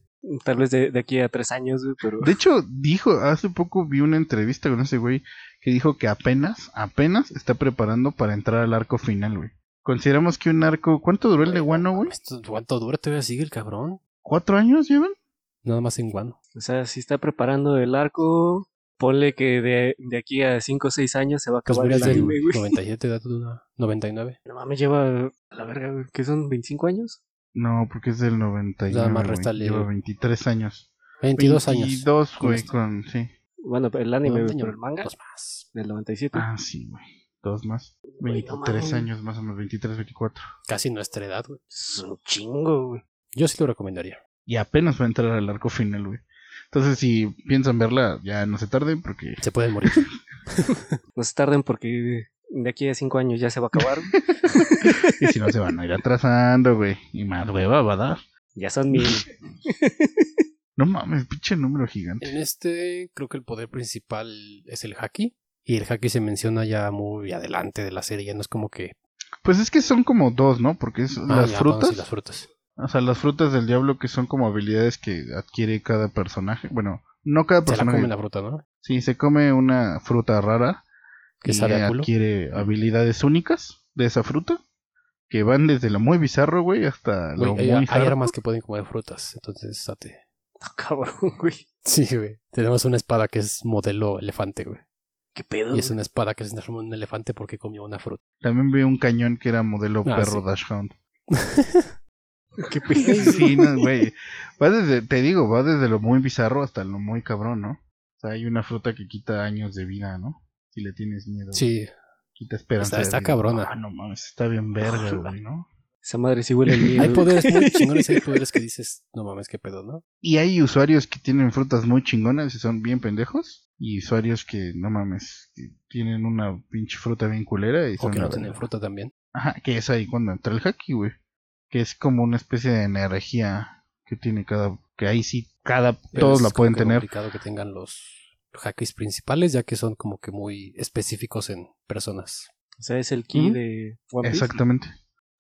H: Tal vez de, de aquí a tres años, güey, pero...
G: De hecho, dijo, hace poco vi una entrevista con ese güey que dijo que apenas, apenas está preparando para entrar al arco final, güey. Consideramos que un arco. ¿Cuánto duró el de Wano, güey?
D: Esto- ¿Cuánto dura? ¿Todavía sigue el cabrón?
G: ¿Cuatro años llevan?
D: Nada más en Guano.
H: O sea, si está preparando el arco, ponle que de, de aquí a 5 o 6 años se va a
D: Pues
H: acabar
D: mira,
H: el
D: es del
H: anime, güey.
D: 97, dato de una- 99.
H: No mames, lleva a la verga, güey. ¿Qué son? ¿25 años?
G: No, porque es del 99.
D: Nada más
G: güey.
D: réstale-
G: Lleva 23 años.
D: 22, años.
G: 22,
D: con
G: güey,
D: esto.
G: con. Sí.
H: Bueno, el anime,
D: Noventa
H: güey, pero
D: años, Pues
H: el manga
D: dos más.
H: del 97.
G: Ah, sí, güey. Dos más.
H: Güey, no
G: 23
H: mames.
G: años más o menos, 23, 24.
D: Casi nuestra edad, güey.
H: Es un chingo, güey.
D: Yo sí lo recomendaría.
G: Y apenas va a entrar al arco final, güey. Entonces, si piensan verla, ya no se tarden, porque.
D: Se pueden morir.
H: No se tarden porque de aquí a 5 años ya se va a acabar. güey.
G: Y si no, se van a ir atrasando, güey. Y más hueva va a dar.
H: ya son mil.
G: No mames, pinche número gigante.
D: En este, creo que el poder principal es el haki. Y el haki se menciona ya muy adelante de la serie. Ya no es como que.
G: Pues es que son como dos, ¿no? Porque es
D: ah,
G: las
D: ya, vamos a
G: frutas.
D: decir las frutas.
G: O sea, las frutas del diablo que son como habilidades que adquiere cada personaje. Bueno, no cada
D: Se la
G: personaje.
D: comen la fruta, ¿no?
G: Sí, se come una fruta rara.
D: Que
G: y
D: sabe a culo.
G: adquiere habilidades únicas de esa fruta que van desde lo muy bizarro, güey,
D: Güey, eh,
G: hasta lo
D: hay,
G: muy
D: hay
G: hard.
D: armas que pueden comer frutas. Entonces, estate.
H: No, Ah, cabrón, güey.
D: Sí, güey. Tenemos una espada que es modelo elefante, güey.
H: ¿Qué pedo?
D: Y es
H: güey?
D: una espada que se transforma en un elefante porque comió una fruta.
G: También vi un cañón que era modelo
D: Ah,
G: perro
D: sí.
G: Dash Hound.
H: ¿Qué pedo?
G: sí, no, güey. Va desde, te digo, va desde lo muy bizarro hasta lo muy cabrón, ¿no? O sea, hay una fruta que quita años de vida, ¿no? Si le tienes miedo,
D: Sí,
G: quita esperanza.
D: Está-
G: de
D: está
G: vida.
D: cabrona.
G: Ah, no mames, está bien verga, güey, ¿no?
H: Esa madre sí huele bien.
D: Hay
H: güey.
D: poderes muy chingones, hay poderes que dices, no mames, qué pedo, ¿no?
G: Y hay usuarios que tienen frutas muy chingonas y son bien pendejos. Y usuarios que, no mames, que tienen una pinche fruta bien culera y
D: O
G: son
D: que
G: la
D: no tienen
G: verga.
D: fruta también.
G: Ajá, que es ahí cuando entra el haki, güey. Que es como una especie de energía que tiene cada... Que ahí sí, cada...
D: Pero
G: todos
D: es
G: la
D: como
G: pueden
D: que
G: tener.
D: complicado que tengan los hackers principales, ya que son como que muy específicos en personas.
H: O sea, es el ki
G: ¿Mm?
H: de One Piece.
G: Exactamente.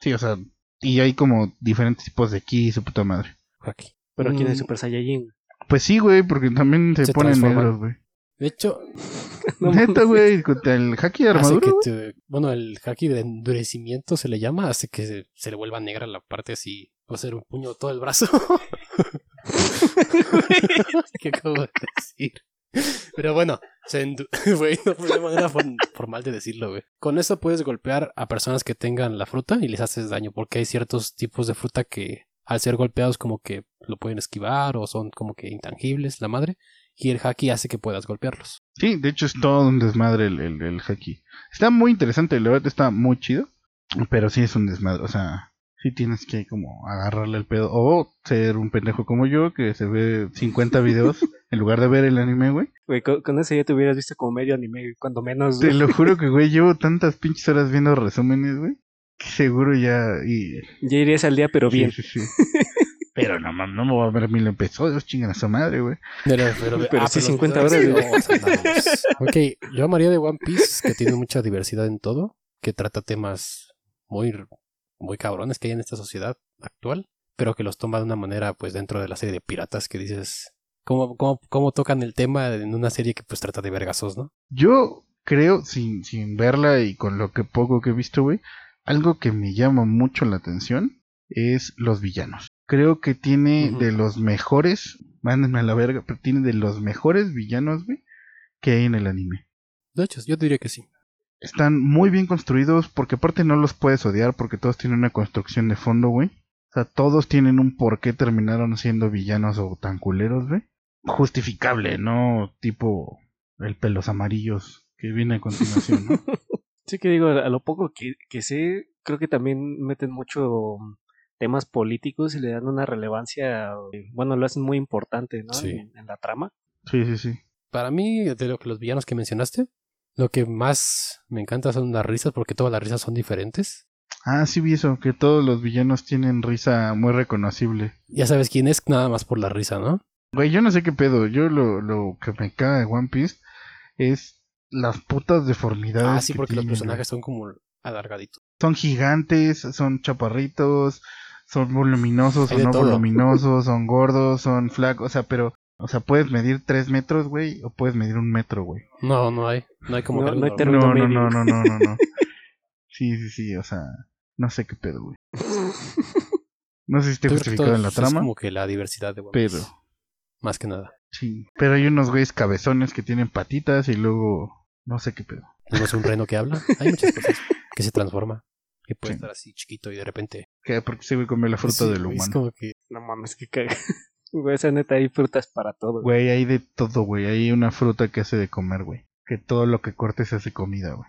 G: Sí, o sea... Y hay como diferentes tipos de ki y su puta madre.
D: Haki.
H: Pero aquí no hay
D: Mm.
H: Super Saiyajin.
G: Pues sí, güey, porque también se,
D: Se
G: ponen
D: transforman.
G: negros, güey.
D: De hecho,
H: No
G: Neta,
H: mames.
G: güey, con el
D: Ah,
G: haki de
D: hace
G: armadura,
D: que
G: güey.
D: te- bueno, el haki de endurecimiento se le llama, hace que se, se le vuelva negra la parte así, va a ser un puño todo el brazo. ¿Qué acabo de decir? Pero bueno, se endu- güey, no fue una manera for- formal de decirlo, güey. Con eso puedes golpear a personas que tengan la fruta y les haces daño, porque hay ciertos tipos de fruta que al ser golpeados como que lo pueden esquivar o son como que intangibles, la madre, y el haki hace que puedas golpearlos.
G: Sí, de hecho es todo un desmadre el, el, el haki. Está muy interesante, la verdad está muy chido. Pero sí es un desmadre, o sea, sí tienes que como agarrarle el pedo. O ser un pendejo como yo que se ve 50 videos en lugar de ver el anime, güey.
H: Güey, con, con ese ya te hubieras visto como medio anime, cuando menos.
G: Te
H: güey.
G: lo juro que, güey, llevo tantas pinches horas viendo resúmenes, güey. Que seguro ya. Y,
H: Ya irías al día, pero bien.
G: Sí, sí, sí. Pero no, mames, no me voy a ver mil episodios, chingan a su madre, güey.
D: Pero,
H: Pero sí, 50 horas
D: sí,
H: de-
D: vamos, andamos. Ok, yo amaría de One Piece, que tiene mucha diversidad en todo, que trata temas muy, muy cabrones que hay en esta sociedad actual, pero que los toma de una manera, pues, dentro de la serie de piratas que dices, ¿cómo, cómo, cómo tocan el tema en una serie que, pues, trata de vergazos, ¿no?
G: Yo creo, sin, sin verla y con lo que poco que he visto, güey, algo que me llama mucho la atención es los villanos. Creo que tiene
D: Ujú.
G: de los mejores, mándenme a la verga, pero tiene de los mejores villanos, güey, que hay en el anime.
D: De hecho, yo diría que sí.
G: Están muy bien construidos porque aparte no los puedes odiar porque todos tienen una construcción de fondo, güey. O sea, todos tienen un por qué terminaron siendo villanos o tan culeros, güey. Justificable, no tipo el pelos amarillos que viene a continuación, ¿no?
H: Sí que digo, a lo poco que, que sé, creo que también meten mucho temas políticos y le dan una relevancia, eh, bueno, lo hacen muy importante, ¿no?
D: Sí.
H: En, en la trama.
G: Sí, sí, sí.
D: Para mí, de lo que los villanos que mencionaste, lo que más me encanta son las risas, porque todas las risas son diferentes.
G: Ah, sí vi eso, que todos los villanos tienen risa muy reconocible.
D: Ya sabes quién es, nada más por la risa, ¿no?
G: Güey, yo no sé qué pedo. Yo lo, lo que me caga de One Piece es las putas deformidades.
D: Ah, sí,
G: que
D: porque los
G: tienen,
D: personajes son como alargaditos.
G: güey. Son gigantes, son chaparritos, son voluminosos
D: Hay
G: o
D: de
G: no
D: todo.
G: voluminosos, son gordos, son flacos. O sea, pero, o sea, puedes medir tres metros, güey, o puedes medir un metro, güey.
D: No, no hay. No hay como
H: No,
D: que algo
H: no hay
D: normal.
G: no, no, no,
H: término medio.
G: no, no, no, no. Sí, sí, sí, o sea, no sé qué pedo, güey. No sé si esté
D: Yo creo que
G: justificado en
D: todo
G: la
D: eso
G: trama.
D: Es como que la diversidad de One
G: Pero-
D: Piece, Más que nada.
G: Sí, pero hay unos güeyes cabezones que tienen patitas y luego no sé qué pedo.
D: No es un reno que habla. Hay muchas cosas que se transforma. Que puede
G: Sí.
D: estar así chiquito y de repente.
G: Que porque se güey comió la fruta
D: Sí, Es
G: del humano.
D: como que.
H: No mames, que caga. Güey, esa neta, hay frutas para todo. güey.
G: Güey, hay de todo, güey. Hay una fruta que hace de comer, güey. Que todo lo que cortes hace comida, güey.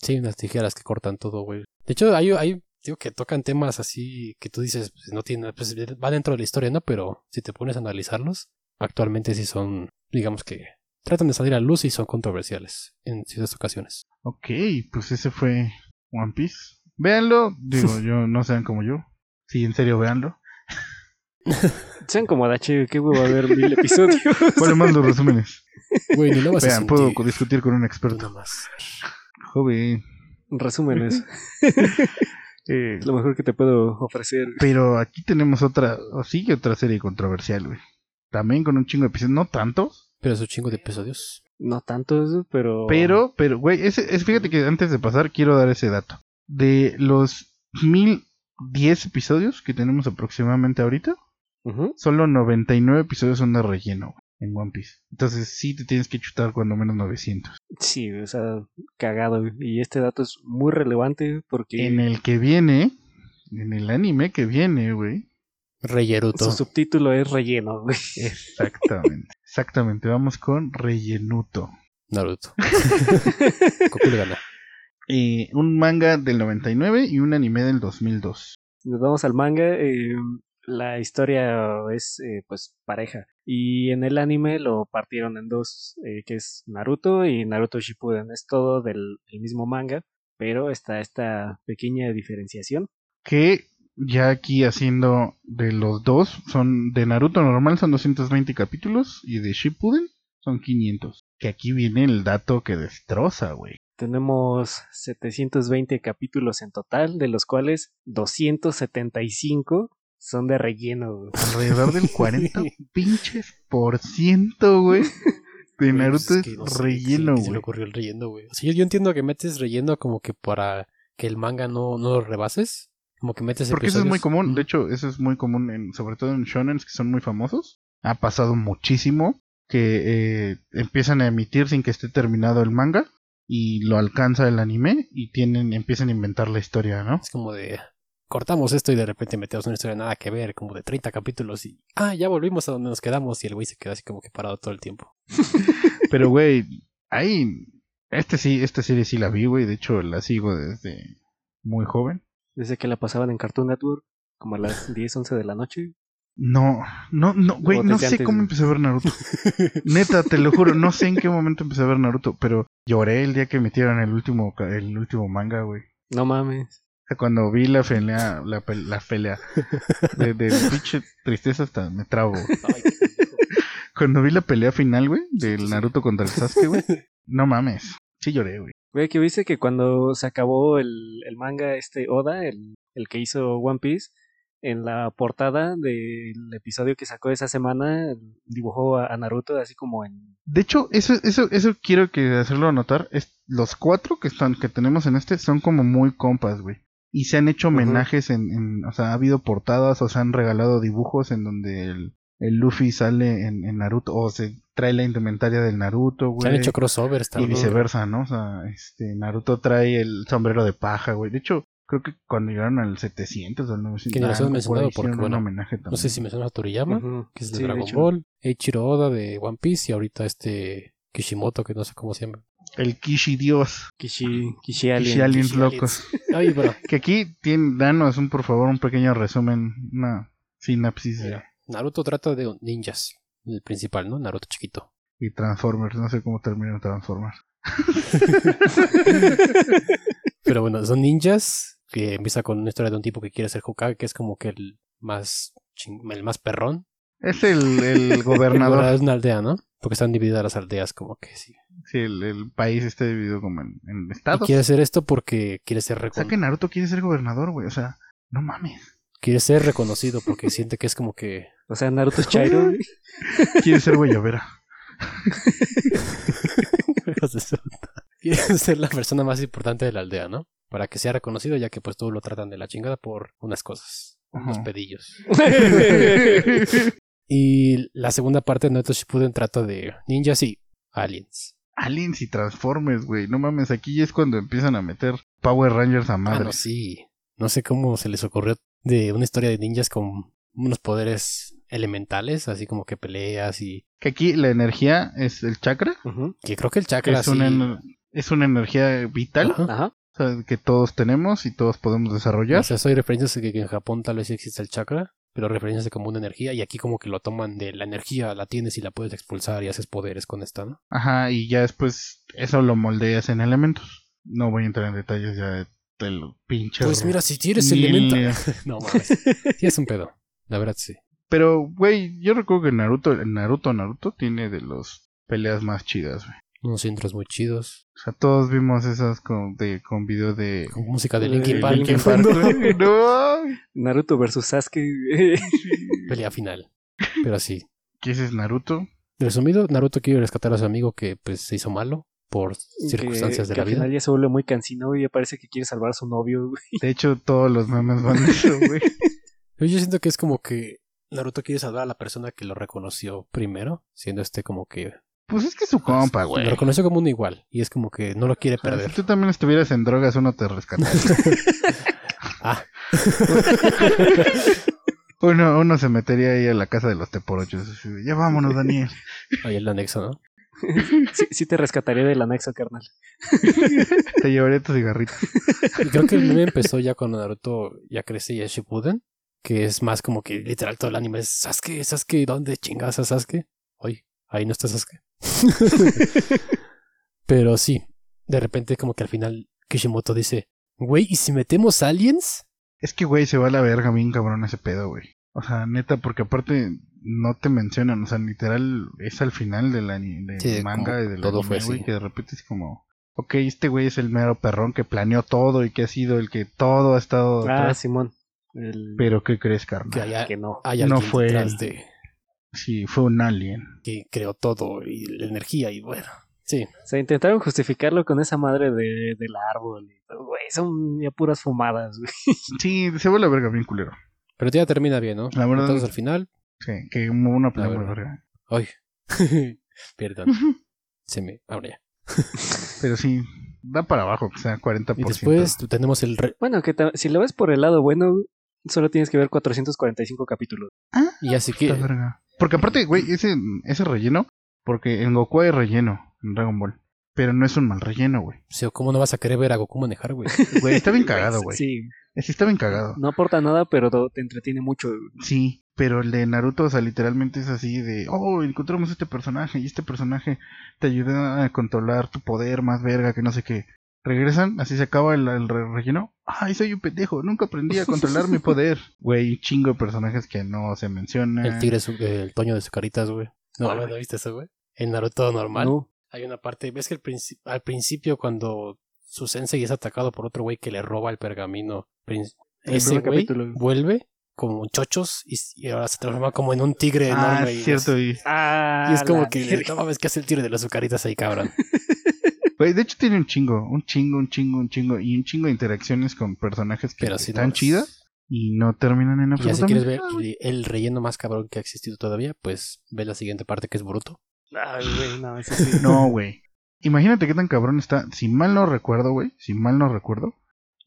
D: Sí, unas tijeras que cortan todo, güey. De hecho, hay, hay. Digo que tocan temas así que tú dices, pues no tiene. Pues va dentro de la historia, ¿no? Pero si te pones a analizarlos, actualmente sí son. Digamos que. Tratan de salir a luz y son controversiales en ciertas ocasiones.
G: Ok, pues ese fue One Piece. Véanlo. Digo, yo no sean como yo. Sí, en serio, véanlo.
H: Sean como Adachi, qué huevo va a haber mil episodios.
G: Bueno, más los resúmenes.
D: Güey, ni lo vas a
G: Vean, puedo
D: sentir.
G: discutir con un
D: Nada
G: experto.
D: más.
G: Joven.
H: Resúmenes.
G: Eh,
H: lo mejor que te puedo ofrecer.
G: Pero aquí tenemos otra, o sigue otra serie controversial, güey. También con un chingo de episodios, no tantos,
D: Pero es un chingo de episodios.
H: No tantos, pero.
G: pero, pero, güey, ese, es, fíjate que antes de pasar quiero dar ese dato. De los 1010 episodios que tenemos aproximadamente ahorita,
H: Ujú.
G: solo 99 episodios son de relleno güey, en One Piece. Entonces sí te tienes que chutar cuando menos 900.
H: Sí, o sea, cagado. güey. Y este dato es muy relevante porque.
G: En el que viene, en el anime que viene, güey.
D: Reyeruto.
H: Su subtítulo es relleno, güey.
G: Exactamente, exactamente. Vamos con rellenuto.
D: Naruto. Goku le gana.
G: Eh, un manga del 99 y un anime del 2002.
H: Nos vamos al manga. eh, la historia es, eh, pues, pareja. Y en el anime lo partieron en dos, eh, que es Naruto y Naruto Shippuden. Es todo del el mismo manga, pero está esta pequeña diferenciación.
G: Que ya aquí haciendo de los dos, son de Naruto normal son 220 capítulos y de Shippuden son 500. Que aquí viene el dato que destroza, güey.
H: Tenemos 720 capítulos en total, de los cuales 275 son de relleno. güey.
G: Alrededor del 40 pinches por ciento, güey. De
D: Güey,
G: Naruto
D: pues
G: es
D: que no sé,
G: relleno,
D: sí, Se le
G: güey.
D: ocurrió el relleno, güey. O sea, yo, yo entiendo que metes relleno como que para que el manga no, no lo rebases. Como que metes
G: Porque eso es muy
D: episodios-
G: común,
D: Ujú.
G: de hecho, eso es muy común, en, sobre todo en shonens que son muy famosos. Ha pasado muchísimo que eh, empiezan a emitir sin que esté terminado el manga y lo alcanza el anime y tienen empiezan a inventar la historia, ¿no?
D: Es como de. Cortamos esto y de repente metemos una historia nada que ver, como de 30 capítulos y. Ah, ya volvimos a donde nos quedamos y el güey se quedó así como que parado todo el tiempo.
G: Pero güey, ahí este sí, esta serie sí la vi, güey, de hecho la sigo desde muy joven.
H: Desde que la pasaban en Cartoon Network, como a las 10, 11 de la noche.
G: No, no, no, güey,
H: Como
G: no
H: desde
G: sé
H: antes,
G: cómo
H: güey.
G: empecé a ver Naruto. Neta, te lo juro, no sé en qué momento empecé a ver Naruto, pero lloré el día que metieron el último, ca- el último manga, güey.
H: No mames.
G: O sea, cuando vi la pelea, la, pe- la pelea de, de pinche tristeza hasta me trabo. Cuando vi la pelea final, güey, del Naruto contra el Sasuke, güey, no mames. Sí lloré, güey.
H: Güey, que viste que cuando se acabó el, el manga este Oda, el, el que hizo One Piece, en la portada del episodio que sacó esa semana, dibujó a, a Naruto así como en...
G: De hecho, eso, eso, eso quiero que hacerlo anotar. Es, los cuatro que están, que tenemos en este, son como muy compas, güey. Y se han hecho
H: Ujú.
G: homenajes en, en- o sea, ha habido portadas o se han regalado dibujos en donde el, el Luffy sale en, en Naruto o se trae la indumentaria del Naruto,
D: Se
G: güey.
D: han hecho crossovers
G: Y
D: también.
G: viceversa, ¿no? O sea, este, Naruto trae el sombrero de paja, güey. De hecho, creo que cuando llegaron al 700 o al 900...
D: Que ni los
G: algo
D: hemos
G: por
D: mencionado
G: ahí hicieron
D: porque, bueno,
G: un homenaje también.
D: No sé si me suena a Toriyama,
H: Ujú.
D: que es de
H: Sí,
D: Dragon
H: hecho.
D: Ball, Eiichiro Oda de One Piece y ahorita este Kishimoto, que no sé cómo se llama.
G: El Kishi Dios.
H: Kishi, Kishi Alien.
G: Kishi Aliens
D: Kishi
G: Locos.
D: Ay, bueno.
G: Que aquí, tienen, danos un, por favor, un pequeño resumen, una sinapsis de-
D: Mira, Naruto trata de ninjas. El principal, ¿no? Naruto chiquito.
G: y Transformers. No sé cómo termina Transformers.
D: Pero bueno, son ninjas que empieza con una historia de un tipo que quiere ser Hokage, que es como que el más ching- el más perrón.
G: Es el, el
D: Bueno,
G: gobernador.
D: es una aldea, ¿no? Porque están divididas las aldeas como que sí.
G: sí, el, el país está dividido como en, en
D: Y
G: estados.
D: quiere hacer esto porque quiere ser
G: O sea que
D: reconocido.
G: Naruto quiere ser gobernador, güey. O sea, no mames.
D: Quiere ser reconocido porque siente que es como que
H: O sea, Naruto es Chairo. güey.
G: Quiere ser guayabera.
D: Hijos de su- quiere ser la persona más importante de la aldea, ¿no? Para que sea reconocido, ya que pues todos lo tratan de la chingada por unas cosas, unos
G: Ajá.
D: pedillos. Y la segunda parte de Naruto Shippuden trata de ninjas y aliens.
G: Aliens y Transformers, güey. No mames, aquí ya es cuando empiezan a meter Power Rangers a
D: Ah,
G: madre.
D: no, sí. No sé cómo se les ocurrió de una historia de ninjas con unos poderes elementales, así como que peleas y...
G: Que aquí la energía es el chakra.
H: Ujú.
D: Que creo que el
G: Que
D: chakra
G: es, una,
D: sí-
G: ener- es una energía vital
D: Ajá.
H: Ajá.
G: o sea, que todos tenemos y todos podemos desarrollar.
D: O sea, soy referencias que, que en Japón tal vez sí existe el chakra, pero referencias de como una energía, y aquí como que lo toman de la energía, la tienes y la puedes expulsar y haces poderes con esta, ¿no?
G: Ajá, y ya después eso lo moldeas en elementos. No voy a entrar en detalles ya de- del pinche.
D: Pues mira, si tienes
G: Ni
D: elemental.
G: le-
D: no mames. Sí, es un pedo. La verdad, sí.
G: Pero, güey, yo recuerdo que Naruto, Naruto, Naruto tiene de los peleas más chidas, güey.
D: Unos intros muy chidos.
G: O sea, todos vimos esas con, de, con video de...
D: Con música de
H: Eh,
D: Linkin
H: de
D: Park.
H: Linkin
D: que fue
H: Park.
G: güey. No.
H: Naruto versus Sasuke.
D: Pelea final. Pero sí.
G: ¿Qué es Naruto?
D: Resumido, Naruto quiere rescatar a su amigo que pues se hizo malo por circunstancias de
H: que, que
D: la
H: al
D: vida.
H: final ya se vuelve muy cansino y ya parece que quiere salvar a su novio. güey.
G: De hecho, todos los memes van de eso, güey.
D: Pero Yo siento que es como que Naruto quiere salvar a la persona que lo reconoció primero, siendo este como que
G: Pues es que es su compa, güey.
D: Lo reconoce como un igual y es como que no lo quiere
G: O sea, Si
D: perder.
G: tú también estuvieras en drogas, uno te rescataría.
D: Ah.
G: uno, uno se metería ahí a la casa de los teporochos. así de, ya vámonos, Daniel.
D: Ahí el anexo, ¿no?
H: Sí, sí te rescataría del anexo, carnal.
G: Te llevaré tu cigarrito.
D: Y creo que el meme empezó ya cuando Naruto ya crece y es Shippuden, que es más como que literal todo el anime es Sasuke, Sasuke, ¿dónde chingas a Sasuke? Oye, ahí no está Sasuke. Pero sí, de repente como que al final Kishimoto dice, güey, ¿y si metemos aliens?
G: Es que, güey, se va a la verga bien cabrón ese pedo, güey. O sea, neta, porque aparte no te mencionan, o sea, literal es al final del, ani- del
D: Sí,
G: manga
D: como
G: y del
D: todo
G: anime,
D: fue
G: güey,
D: así.
G: que de repente es como, ok, este güey es el mero perrón que planeó todo y que ha sido el que todo ha estado
H: Ah,
G: atrás.
H: Simón. El
G: Pero, ¿qué crees, carnal?
D: Que haya,
H: que no.
D: hay
G: No
D: alguien
G: fue
D: detrás
G: él.
D: de
G: Sí, fue un alien.
D: que creó todo y la energía y bueno. Sí,
H: Se intentaron justificarlo con esa madre de, del árbol. y todo, Güey, son ya puras fumadas, güey.
G: Sí, se va a la verga bien culero.
D: pero ya termina bien, ¿no?
G: La verdad-
D: Entonces al final,
G: Sí, que hubo una pelea
D: ver.
G: muy verga.
D: ay, perdón, se me ahora ya.
G: Pero sí, da para abajo, o sea, 40%.
D: Y después tenemos el re-
H: Bueno, que ta- si lo ves por el lado bueno, güey, solo tienes que ver 445 capítulos.
G: Ah,
D: y así que
G: puta verga. Porque aparte, güey, ese, ese relleno, porque en Goku hay relleno, en Dragon Ball. Pero no es un mal relleno, güey.
D: o sea, cómo no vas a querer ver a Goku manejar, güey.
G: Güey, está bien cagado, güey. Sí.
H: Sí,
G: está bien cagado.
H: no aporta nada, pero do- te entretiene mucho. güey.
G: Sí, pero el de Naruto, o sea, literalmente es así de, oh, encontramos este personaje y este personaje te ayuda a controlar tu poder más verga que no sé qué. Regresan, así se acaba el, el re- relleno. Ay, soy un pendejo, nunca aprendí a controlar mi poder. Güey, chingo de personajes que no se mencionan.
D: El tigre, su- el toño de sus caritas, güey. No, no, viste eso, güey. En Naruto normal.
H: No.
D: Hay una parte, ves que al princi- al principio cuando su sensei es atacado por otro güey que le roba el pergamino, prin-
H: El
D: ese
H: primer
D: güey
H: capítulo.
D: vuelve como chochos y, y ahora se transforma como en un tigre
G: Ah,
D: enorme. y,
G: es cierto. Y,
H: Ah,
D: y es como
H: la
D: que
H: verga.
D: no mames que hace el tigre de las azucaritas ahí, cabrón.
G: güey, de hecho tiene un chingo, un chingo, un chingo, un chingo y un chingo de interacciones con personajes que
D: Pero sí, no
G: están
D: mames.
G: chidas y no terminan en
D: Y así quieres
G: absolutamente
D: ver
G: nada, güey.
D: el, el relleno más cabrón que ha existido todavía, pues ve la siguiente parte que es Bruto.
H: Ay, Ah, güey, no, eso sí.
G: No, güey. Imagínate qué tan cabrón está. Si mal no recuerdo, güey. Si mal no recuerdo.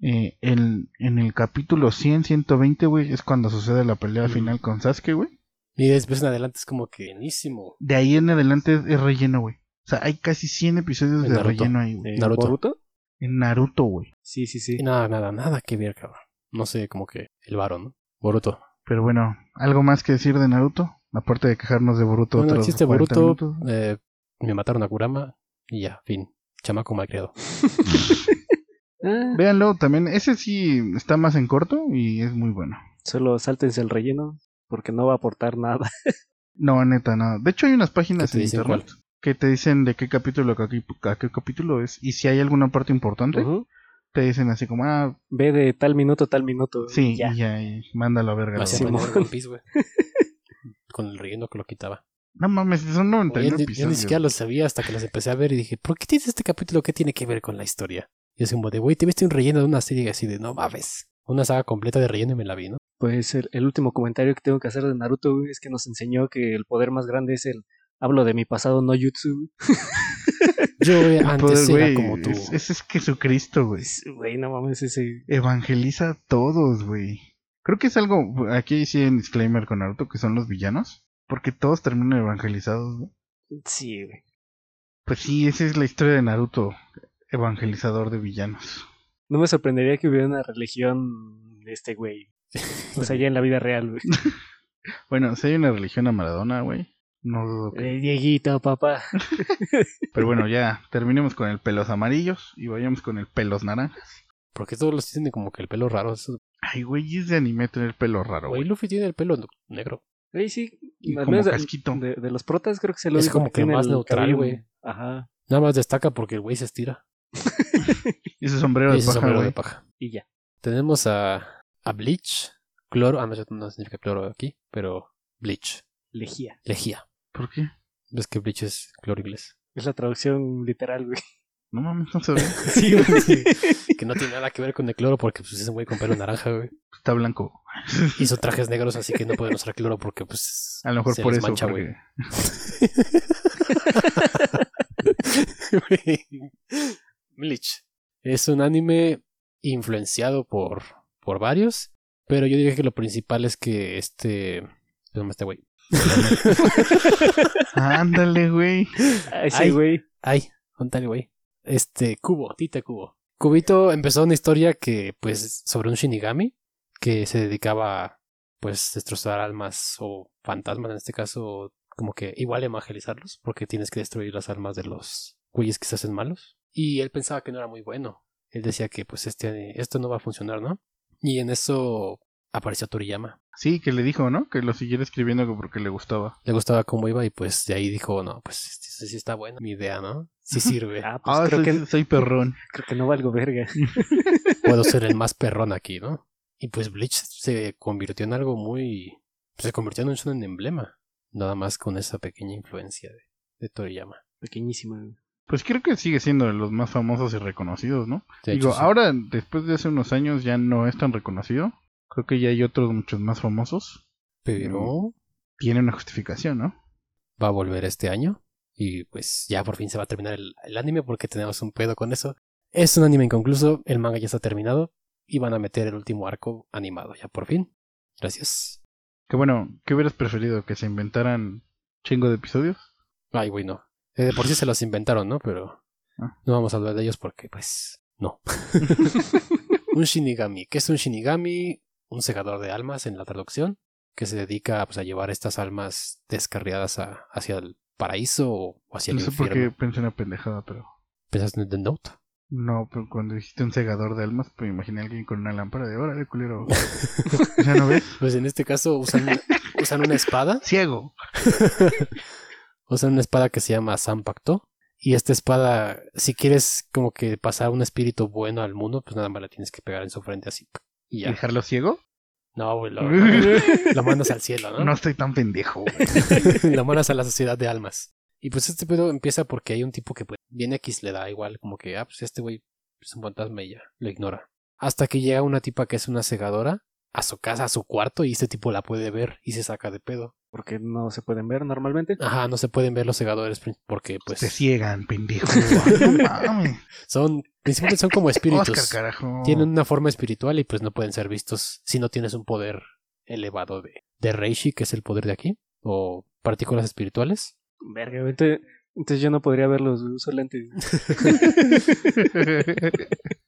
G: eh, el, en el capítulo 100, 120, güey, es cuando sucede la pelea final con Sasuke, güey.
D: Y después en adelante es como que buenísimo.
G: De ahí en adelante es, es relleno, güey. O sea, hay casi 100 episodios
D: En
G: de
D: Naruto.
G: relleno ahí, güey.
H: Eh,
D: Naruto.
H: ¿Boruto?
G: En Naruto, güey.
H: Sí, sí, sí.
D: Y nada, nada, nada que ver, cabrón. No sé, como que el varón, ¿no? Boruto.
G: Pero bueno, ¿algo más que decir de Naruto? Aparte de quejarnos de Boruto.
D: Bueno,
G: otros
D: existe
G: 40
D: Boruto,
G: minutos.
D: eh, me mataron a Kurama y ya, fin. Chamaco malcriado.
H: Ah,
G: Véanlo también. Ese sí está más en corto y es muy bueno.
H: solo sáltense el relleno porque no va a aportar nada.
G: No, neta, nada. De hecho, hay unas páginas
D: ¿Qué te
G: en
D: dicen
G: internet que te dicen de qué capítulo a qué, a qué capítulo es. Y si hay alguna parte importante,
H: Ujú.
G: te dicen así como, ah,
H: Ve de tal minuto, tal minuto.
G: sí,
H: ya.
G: y ya, y mándalo a verga.
D: Así
G: loco.
H: Simón.
D: aprendí a ver One Piece, güey. Con el relleno que lo quitaba.
G: No mames, son 91
D: Oye, yo- yo ni
G: episodios.
D: siquiera lo sabía hasta que los empecé a ver y dije, ¿por qué tienes este capítulo? ¿Qué tiene que ver con la historia? Y es como de, güey, te viste un relleno de una serie así de, no mames. Una saga completa de relleno y me la vi, ¿no?
H: Pues el, el último comentario que tengo que hacer de Naruto güey, es que nos enseñó que el poder más grande es el hablo de mi pasado no jutsu.
D: Yo eh,
G: El poder,
D: antes era
G: güey,
D: como tú.
G: es- Ese es Jesucristo, güey.
H: Pues, Güey, no mames ese.
G: Evangeliza a todos, güey. Creo que es algo, aquí sí hay un disclaimer con Naruto, que son los villanos. Porque todos terminan evangelizados, güey.
H: Sí, güey.
G: Pues sí, esa es la historia de Naruto, evangelizador de villanos.
H: No me sorprendería que hubiera una religión de este güey. O sea, ya en la vida real, güey.
G: Bueno, si hay una religión a Maradona, güey, no dudo que
H: Eh, Dieguito, papá.
G: Pero bueno, ya terminemos con el pelos amarillos y vayamos con el pelos naranjas.
D: Porque todos los tienen como que el pelo raro. Eso-
G: Ay, güey, es de anime tener pelo raro,
D: Güey,
G: güey.
D: Luffy tiene el pelo no- negro.
H: Ahí sí,
G: Y
H: al
G: como
H: menos de-
G: casquito.
H: de, de los protas creo que se lo
D: Es como que más neutral, güey.
H: Ajá.
D: Nada más destaca porque el güey se estira.
G: Y ese sombrero
D: Y
G: de
D: ese
G: paja,
D: sombrero de
G: güey.
D: paja.
H: Y ya.
D: Tenemos a, a Bleach, Cloro, ah, no, eso no significa cloro aquí, pero Bleach,
H: Lejía.
D: lejía.
G: ¿Por qué?
D: ¿Ves que Bleach es cloro inglés?
H: Es la traducción literal, güey.
G: No mames, no se ve.
D: Sí, güey. sí. que no tiene nada que ver con el cloro porque pues, es un güey con pelo naranja, güey.
G: Está blanco.
D: Hizo trajes negros, así que no pueden usar cloro porque, pues.
G: A lo mejor
D: se
G: por
D: les
G: eso.
D: mancha,
G: porque-
D: güey. Bleach. Es un anime influenciado por, por varios, pero yo diría que lo principal es que este. se llama este güey.
G: Ándale, güey.
H: Ah,
D: Ay.
H: sí, güey.
D: Ay, contale, güey. Este, Cubo, Tita Cubo. Cubito empezó una historia que, pues, sobre un Shinigami que se dedicaba a, pues, destrozar almas o fantasmas, en este caso, como que igual evangelizarlos, porque tienes que destruir las almas de los güeyes que se hacen malos. Y él pensaba que no era muy bueno. Él decía que, pues, este, esto no va a funcionar, ¿no? Y en eso apareció Toriyama.
G: Sí, que le dijo, ¿no? Que lo siguiera escribiendo porque le gustaba.
D: Le gustaba cómo iba y pues de ahí dijo, no, pues sí, sí está buena mi idea, ¿no? Sí sirve.
H: Ah, pues
G: Ah,
H: creo,
G: soy,
H: que,
G: soy perrón.
H: creo que no valgo verga.
D: Puedo ser el más perrón aquí, ¿no? Y pues Bleach se convirtió en algo muy... pues, Se convirtió en un shonen emblema. Nada más con esa pequeña influencia de, de Toriyama.
H: Pequeñísima. güey.
G: Pues creo que sigue siendo de los más famosos y reconocidos, ¿no?
D: De
G: Digo,
D: hecho, sí.
G: ahora, después de hace unos años, ya no es tan reconocido. Creo que ya hay otros muchos más famosos.
D: Pero
G: mm. Tiene una justificación, ¿no?
D: va a volver este año. Y pues ya por fin se va a terminar el, el anime porque tenemos un pedo con eso. Es un anime inconcluso, el manga ya está terminado y van a meter el último arco animado ya por fin. Gracias.
G: Que bueno, ¿qué hubieras preferido? ¿Que se inventaran chingo de episodios?
D: Ay, güey, no. Eh, De por sí se los inventaron, ¿no? Pero
G: Ah.
D: no vamos a hablar de ellos porque, pues, no. un shinigami. ¿Qué es un shinigami? Un segador de almas en la traducción, que se dedica pues, a llevar estas almas descarriadas a- hacia el paraíso o o hacia el
G: no sé por qué
D: infierno.
G: pensé una pendejada, pero...
D: ¿Pensaste en The Note?
G: No, pero cuando dijiste un segador de almas, pues imaginé a alguien con una lámpara de órale, culero. ¿Ya no ves?
D: Pues en este caso usan, usan una espada.
G: Ciego.
D: Usan una espada que se llama Zampacto. Y esta espada, si quieres como que pasar un espíritu bueno al mundo, pues nada más la tienes que pegar en su frente así. Y
G: ¿Y
D: ya.
G: ¿Dejarlo ciego?
D: No, güey, lo, lo mandas al cielo, ¿no?
G: No estoy tan pendejo. güey.
D: Pues, la mandas a la sociedad de almas. Y pues este pedo empieza porque hay un tipo que pues, viene X, le da igual, como que, ah, pues este güey es un fantasma y ya, lo ignora. Hasta que llega una tipa que es una segadora a su casa, a su cuarto, y este tipo la puede ver y se saca de pedo.
H: Porque no se pueden ver normalmente.
D: Ajá, no se pueden ver los segadores prin- porque
G: Te
D: pues
G: ciegan, pendejo. No mames.
D: son, principalmente son como
G: Oscar,
D: espíritus.
G: carajo.
D: Tienen una forma espiritual y pues no pueden ser vistos si no tienes un poder elevado de, de Reishi, que es el poder de aquí, o partículas espirituales.
H: Verga, güey, ente- Entonces yo no podría verlos, güey, uso lentes.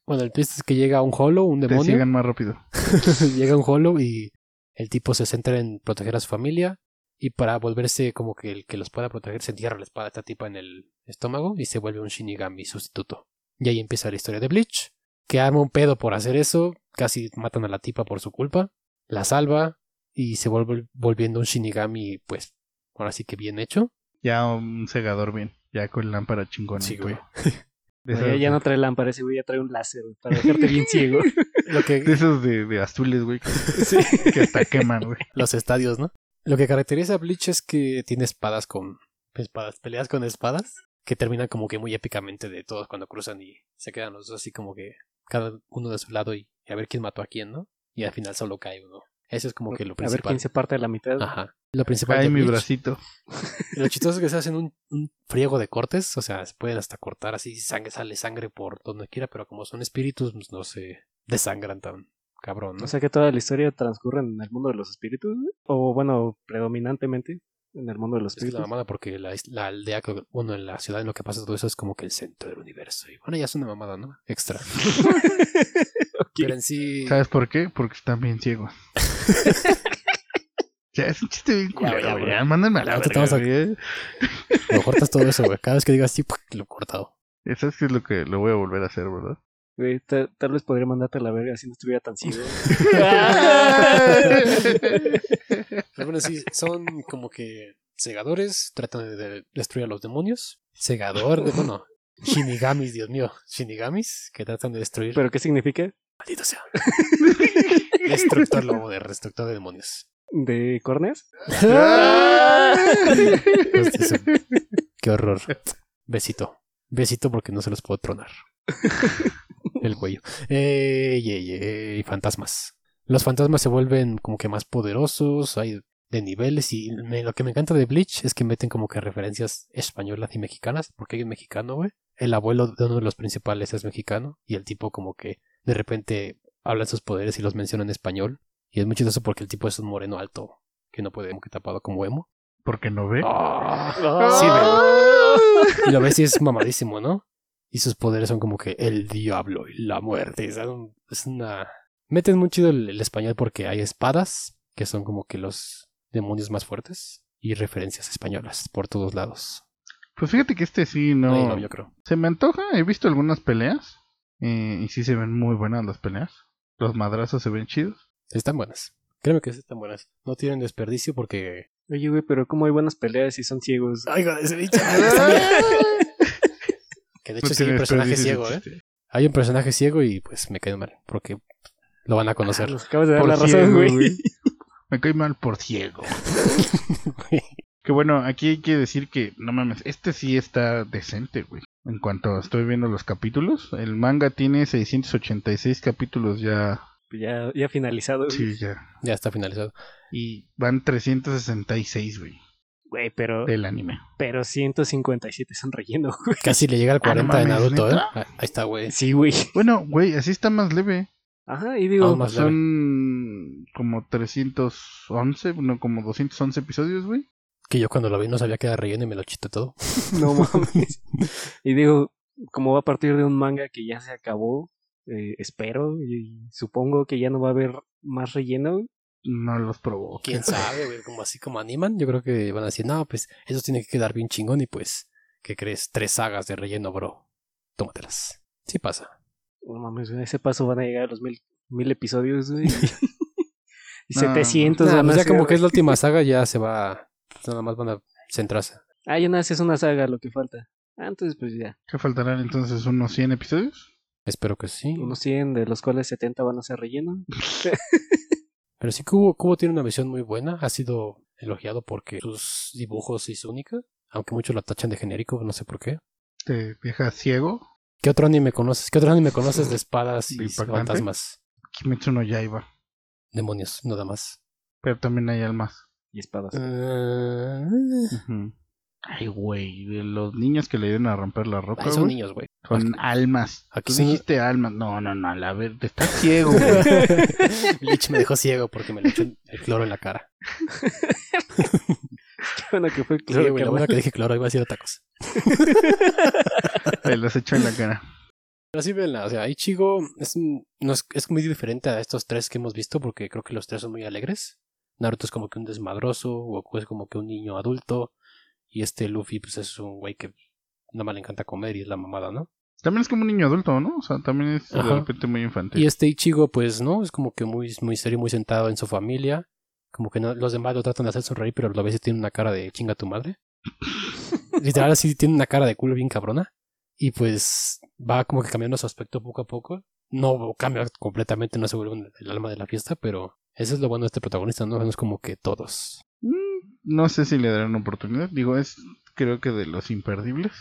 D: Bueno, el twist es que llega un Hollow, un
G: Te
D: demonio,
G: ciegan más rápido.
D: llega un Hollow y el tipo se centra en proteger a su familia y para volverse como que el que los pueda proteger se entierra la espada a esta tipa en el estómago y se vuelve un Shinigami sustituto. Y ahí empieza la historia de Bleach, que arma un pedo por hacer eso, casi matan a la tipa por su culpa, la salva y se vuelve volviendo un Shinigami pues ahora sí que bien hecho.
G: Ya un segador bien. Ya con lámpara chingona.
D: Sí,
G: y
D: güey.
G: todo. De
H: Güey,
G: esos,
H: Ya, ya no trae lámpara ese güey, ya trae un láser güey, para dejarte bien ciego.
D: Lo que
G: de, esos de, de azules, güey. Que, que hasta queman, güey.
D: los estadios, ¿no? Lo que caracteriza a Bleach es que tiene espadas con espadas, peleas con espadas, que terminan como que muy épicamente de todos cuando cruzan y se quedan los dos así como que cada uno de su lado y, y a ver quién mató a quién, ¿no? Y al final solo cae uno. Eso es como que lo
H: A ver
D: principal. Ah.
H: quién se parte a la mitad.
D: Ajá. Lo principal
G: Ay,
D: de
G: mi
D: Bleach.
G: bracito.
D: Lo chistoso es que se hacen un, un friego de cortes, o sea, se pueden hasta cortar así, sangre sale sangre por donde quiera, pero como son espíritus, pues no se desangran tan cabrón, ¿no?
H: O sea que toda la historia transcurre en el mundo de los espíritus, güey. o bueno, predominantemente en el mundo de los
D: Es una
H: espíritus.
D: mamada porque la, is- la aldea, que- bueno, en la ciudad en lo que pasa todo eso es como que el centro del universo. Y bueno, ya es una mamada, ¿no? Extra. Pero en sí.
G: ¿Sabes por qué? Porque están bien ciegos. ya, es un chiste bien
D: Ya, ya,
G: culero, güey.
D: ya.
G: Mándenme a la
D: Ya, te
G: verga,
D: estamos a-
G: güey.
D: Lo cortas todo eso, güey. Cada vez que digas así, ¡puc! lo he cortado.
G: Eso es que es lo que lo voy a volver a hacer, ¿verdad?
H: Güey, ta- tal vez podría mandarte a la verga si no estuviera tan ciego.
D: Ah. Pero bueno, sí, son como que segadores, tratan de- de destruir a los demonios. Segador, de, bueno, shinigamis, Dios mío. Shinigamis que tratan de destruir.
H: ¿Pero qué significa?
D: Maldito sea. Destructor lobo de destructor de demonios.
H: ¿De córneas?
D: ¡Ah! Hostia, eso- Qué horror. Besito. Besito porque no se los puedo tronar. El cuello. Ey, ey, ey, fantasmas. Los fantasmas se vuelven como que más poderosos, hay de niveles y me- lo que me encanta de Bleach es que meten como que referencias españolas y mexicanas, porque hay un mexicano, güey. El abuelo de uno de los principales es mexicano y el tipo como que de repente habla de sus poderes y los menciona en español. Y es muy chistoso porque el tipo es un moreno alto que no puede como que tapado como emo.
G: Porque no
D: Ah.
G: ve.
D: Sí,
H: Ah.
D: Y lo ves y es mamadísimo, ¿no? Y sus poderes son como que el diablo y la muerte. Es un- es una... Meten muy chido el, el español porque hay espadas, que son como que los demonios más fuertes, y referencias españolas por todos lados.
G: Pues fíjate que este sí
D: Ahí
G: no.
D: va, yo creo.
G: Se me antoja, he visto algunas peleas. eh, y sí se ven muy buenas las peleas. Los madrazos se ven chidos.
D: Están buenas. Créeme que sí están buenas. No tienen desperdicio porque.
H: Oye, güey, pero ¿cómo hay buenas peleas si son ciegos?
D: ¡Ay, joder, ese bicho! que de hecho sí
G: No
D: hay
G: tiene
D: un personaje
G: desperdicio
D: ciego,
G: ese
D: ¿eh?
G: chiste.
D: Hay un personaje ciego y pues me cae mal porque lo van a conocer.
H: Nos acabas de dar
G: Por
H: la razón,
G: ciego,
H: güey.
G: güey. Me cae mal por ciego.
D: Güey.
G: Que bueno, aquí hay que decir que, no mames, este sí está decente, güey. En cuanto estoy viendo los capítulos, el manga tiene 686 capítulos ya.
H: Ya, ya finalizado, güey.
G: Sí, ya.
D: ya está finalizado.
G: Y van 366, güey,
H: güey, pero,
G: del anime.
H: pero 157 son relleno, güey.
D: Casi le llega al 40
G: Ah, no
D: en
G: mames,
D: adulto, ¿eh?
G: ¿neta?
D: Ah, Ahí está, güey.
H: Sí, güey.
G: Bueno, güey, así está más leve.
H: Ajá, y digo,
D: Ah, Más leve.
G: Pues Son como 311, no, como 211 episodios, güey.
D: Que yo cuando lo vi no sabía que era relleno y me lo chité todo.
H: no mames. y digo, como va a partir de un manga que ya se acabó, eh, espero y supongo que ya no va a haber más relleno.
G: No los probó.
D: Quién sabe, güey. Como así como animan, yo creo que van a decir, no, pues eso tiene que quedar bien chingón y pues, ¿qué crees? Tres sagas de relleno, bro. Tómatelas. Sí pasa.
H: No mames, en ese paso van a llegar a los mil, mil episodios, güey. y
G: No.
H: 700
D: Nah,
H: van
D: pues
H: a
D: ya como
H: ser-
D: que es la última saga, ya se va. Nada más van a centrarse.
H: Ah, ya nada, es una saga lo que falta. Antes, pues ya,
G: ¿Qué faltarán entonces? ¿Unos 100 episodios?
D: Espero que sí.
H: unos 100, de los cuales 70 van a ser relleno.
D: Pero sí, Cubo, Cubo tiene una visión muy buena. Ha sido elogiado porque sus dibujos y su única. Aunque muchos lo tachan de genérico, no sé por qué.
G: Te deja ciego.
D: ¿Qué otro anime conoces? ¿Qué otro anime conoces de espadas y
G: ¿De impactante?
D: fantasmas?
G: Kimetsu no Yaiba.
D: Demonios, nada más.
G: Pero también hay almas.
H: Y espadas.
D: Ah, Eh,
G: Ay, güey, de los niños que le dieron a romper la ropa,
D: ay, son
G: güey,
D: niños, güey.
G: son almas.
D: Aquí
G: Tú
D: son-
G: dijiste almas. No, no, no, a ver, te estás ciego, güey.
D: Lich me dejó ciego porque me le echó el cloro en la cara.
H: bueno, que fue
D: Sí,
H: claro
D: güey,
H: que
D: la buena que dije cloro iba a decir otra cosa.
G: Te los echo en la cara.
D: Pero sí, venla, o sea, Ichigo es, un- no es, es muy diferente a estos tres que hemos visto porque creo que los tres son muy alegres. Naruto es como que un desmadroso, Goku es como que un niño adulto y este Luffy pues es un güey que nada más le encanta comer y es la mamada, ¿no?
G: También es como un niño adulto, ¿no? O sea, también es
D: Ajá.
G: de repente muy infantil.
D: Y este Ichigo pues no, es como que muy, muy serio, muy sentado en su familia. Como que no- los demás lo tratan de hacer sonreír, pero a veces tiene una cara de chinga tu madre. Literal, así tiene una cara de culo bien cabrona. Y pues va como que cambiando su aspecto poco a poco. No cambia completamente, no se vuelve un- el alma de la fiesta, pero eso es lo bueno de este protagonista, ¿no? No es como que todos.
G: Mm, No sé si le darán oportunidad. Digo, es creo que de los imperdibles.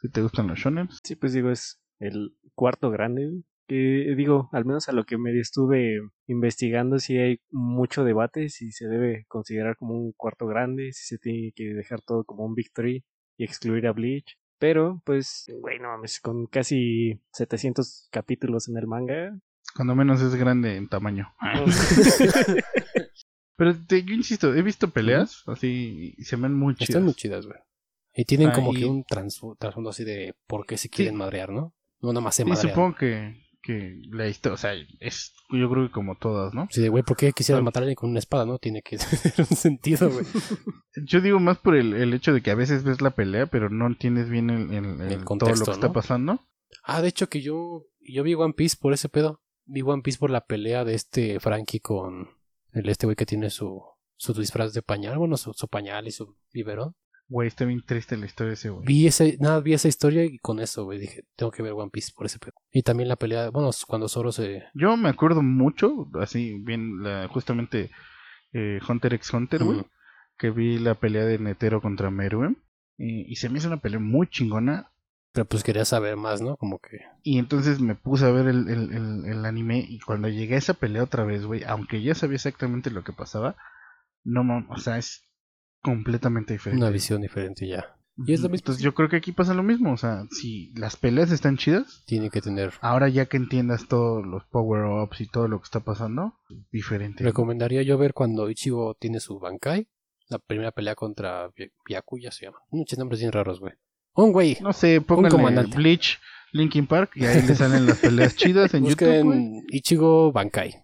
G: Si te gustan los shonen.
H: Sí, pues digo, es el cuarto grande. Que digo, al menos a lo que medio estuve investigando, si hay mucho debate, si se debe considerar como un cuarto grande, si se tiene que dejar todo como un Big Three y excluir a Bleach. Pero, pues, güey, no mames, con casi 700 capítulos en el manga.
G: Cuando menos es grande en tamaño. Pero te- yo insisto, he visto peleas así y se ven muy
D: Están muy
G: chidas.
D: chidas, güey. Y tienen
G: Ah,
D: como
G: y-
D: que un trans- trasfondo así de por qué se quieren madrear, ¿no? No nada más se
G: Sí,
D: madrean.
G: supongo que, que la historia, o sea, es, yo creo que como todas, ¿no?
D: Sí, de güey, ¿por qué quisieras
G: Ah.
D: matar a alguien con una espada, no? Tiene que tener un sentido, güey.
G: Yo digo más por el, el hecho de que a veces ves la pelea, pero no entiendes bien el, el- el- todo
D: contexto,
G: lo que
D: ¿no?
G: está pasando.
D: Ah, de hecho que yo, yo vi One Piece por ese pedo. Vi One Piece por la pelea de este Frankie con el este güey que tiene su, su disfraz de pañal, bueno, su, su pañal y su biberón.
G: Güey, está bien triste la historia de ese güey.
D: Vi ese, nada, vi esa historia y con eso, güey, dije, tengo que ver One Piece por ese pedo. Y también la pelea, bueno, cuando Zoro se...
G: Yo me acuerdo mucho, así bien, la- justamente eh, Hunter x Hunter, güey,
D: Ujú.
G: que vi la pelea de Netero contra Meruem. Y, y se me hizo una pelea muy chingona.
D: Pero pues quería saber más, ¿no? Como que...
G: Y entonces me puse a ver el, el- el- el anime. Y cuando llegué a esa pelea otra vez, güey, aunque ya sabía exactamente lo que pasaba, no, mam- o sea, es completamente diferente.
D: Una visión diferente ya. Y es lo
G: Ujú.
D: mismo.
G: Entonces yo creo que aquí pasa lo mismo. O sea, si las peleas están chidas,
D: Tiene que tener...
G: ahora ya que entiendas todos los power-ups y todo lo que está pasando, diferente.
D: Recomendaría yo ver cuando Ichigo tiene su Bankai. La primera pelea contra Bya- Byakuya se llama. Muchos nombres bien raros, güey. Un güey.
G: no sé, pónganle
D: comandante.
G: Bleach, Linkin Park y ahí le salen las peleas chidas en YouTube. güey.
D: Busquen Ichigo Bankai.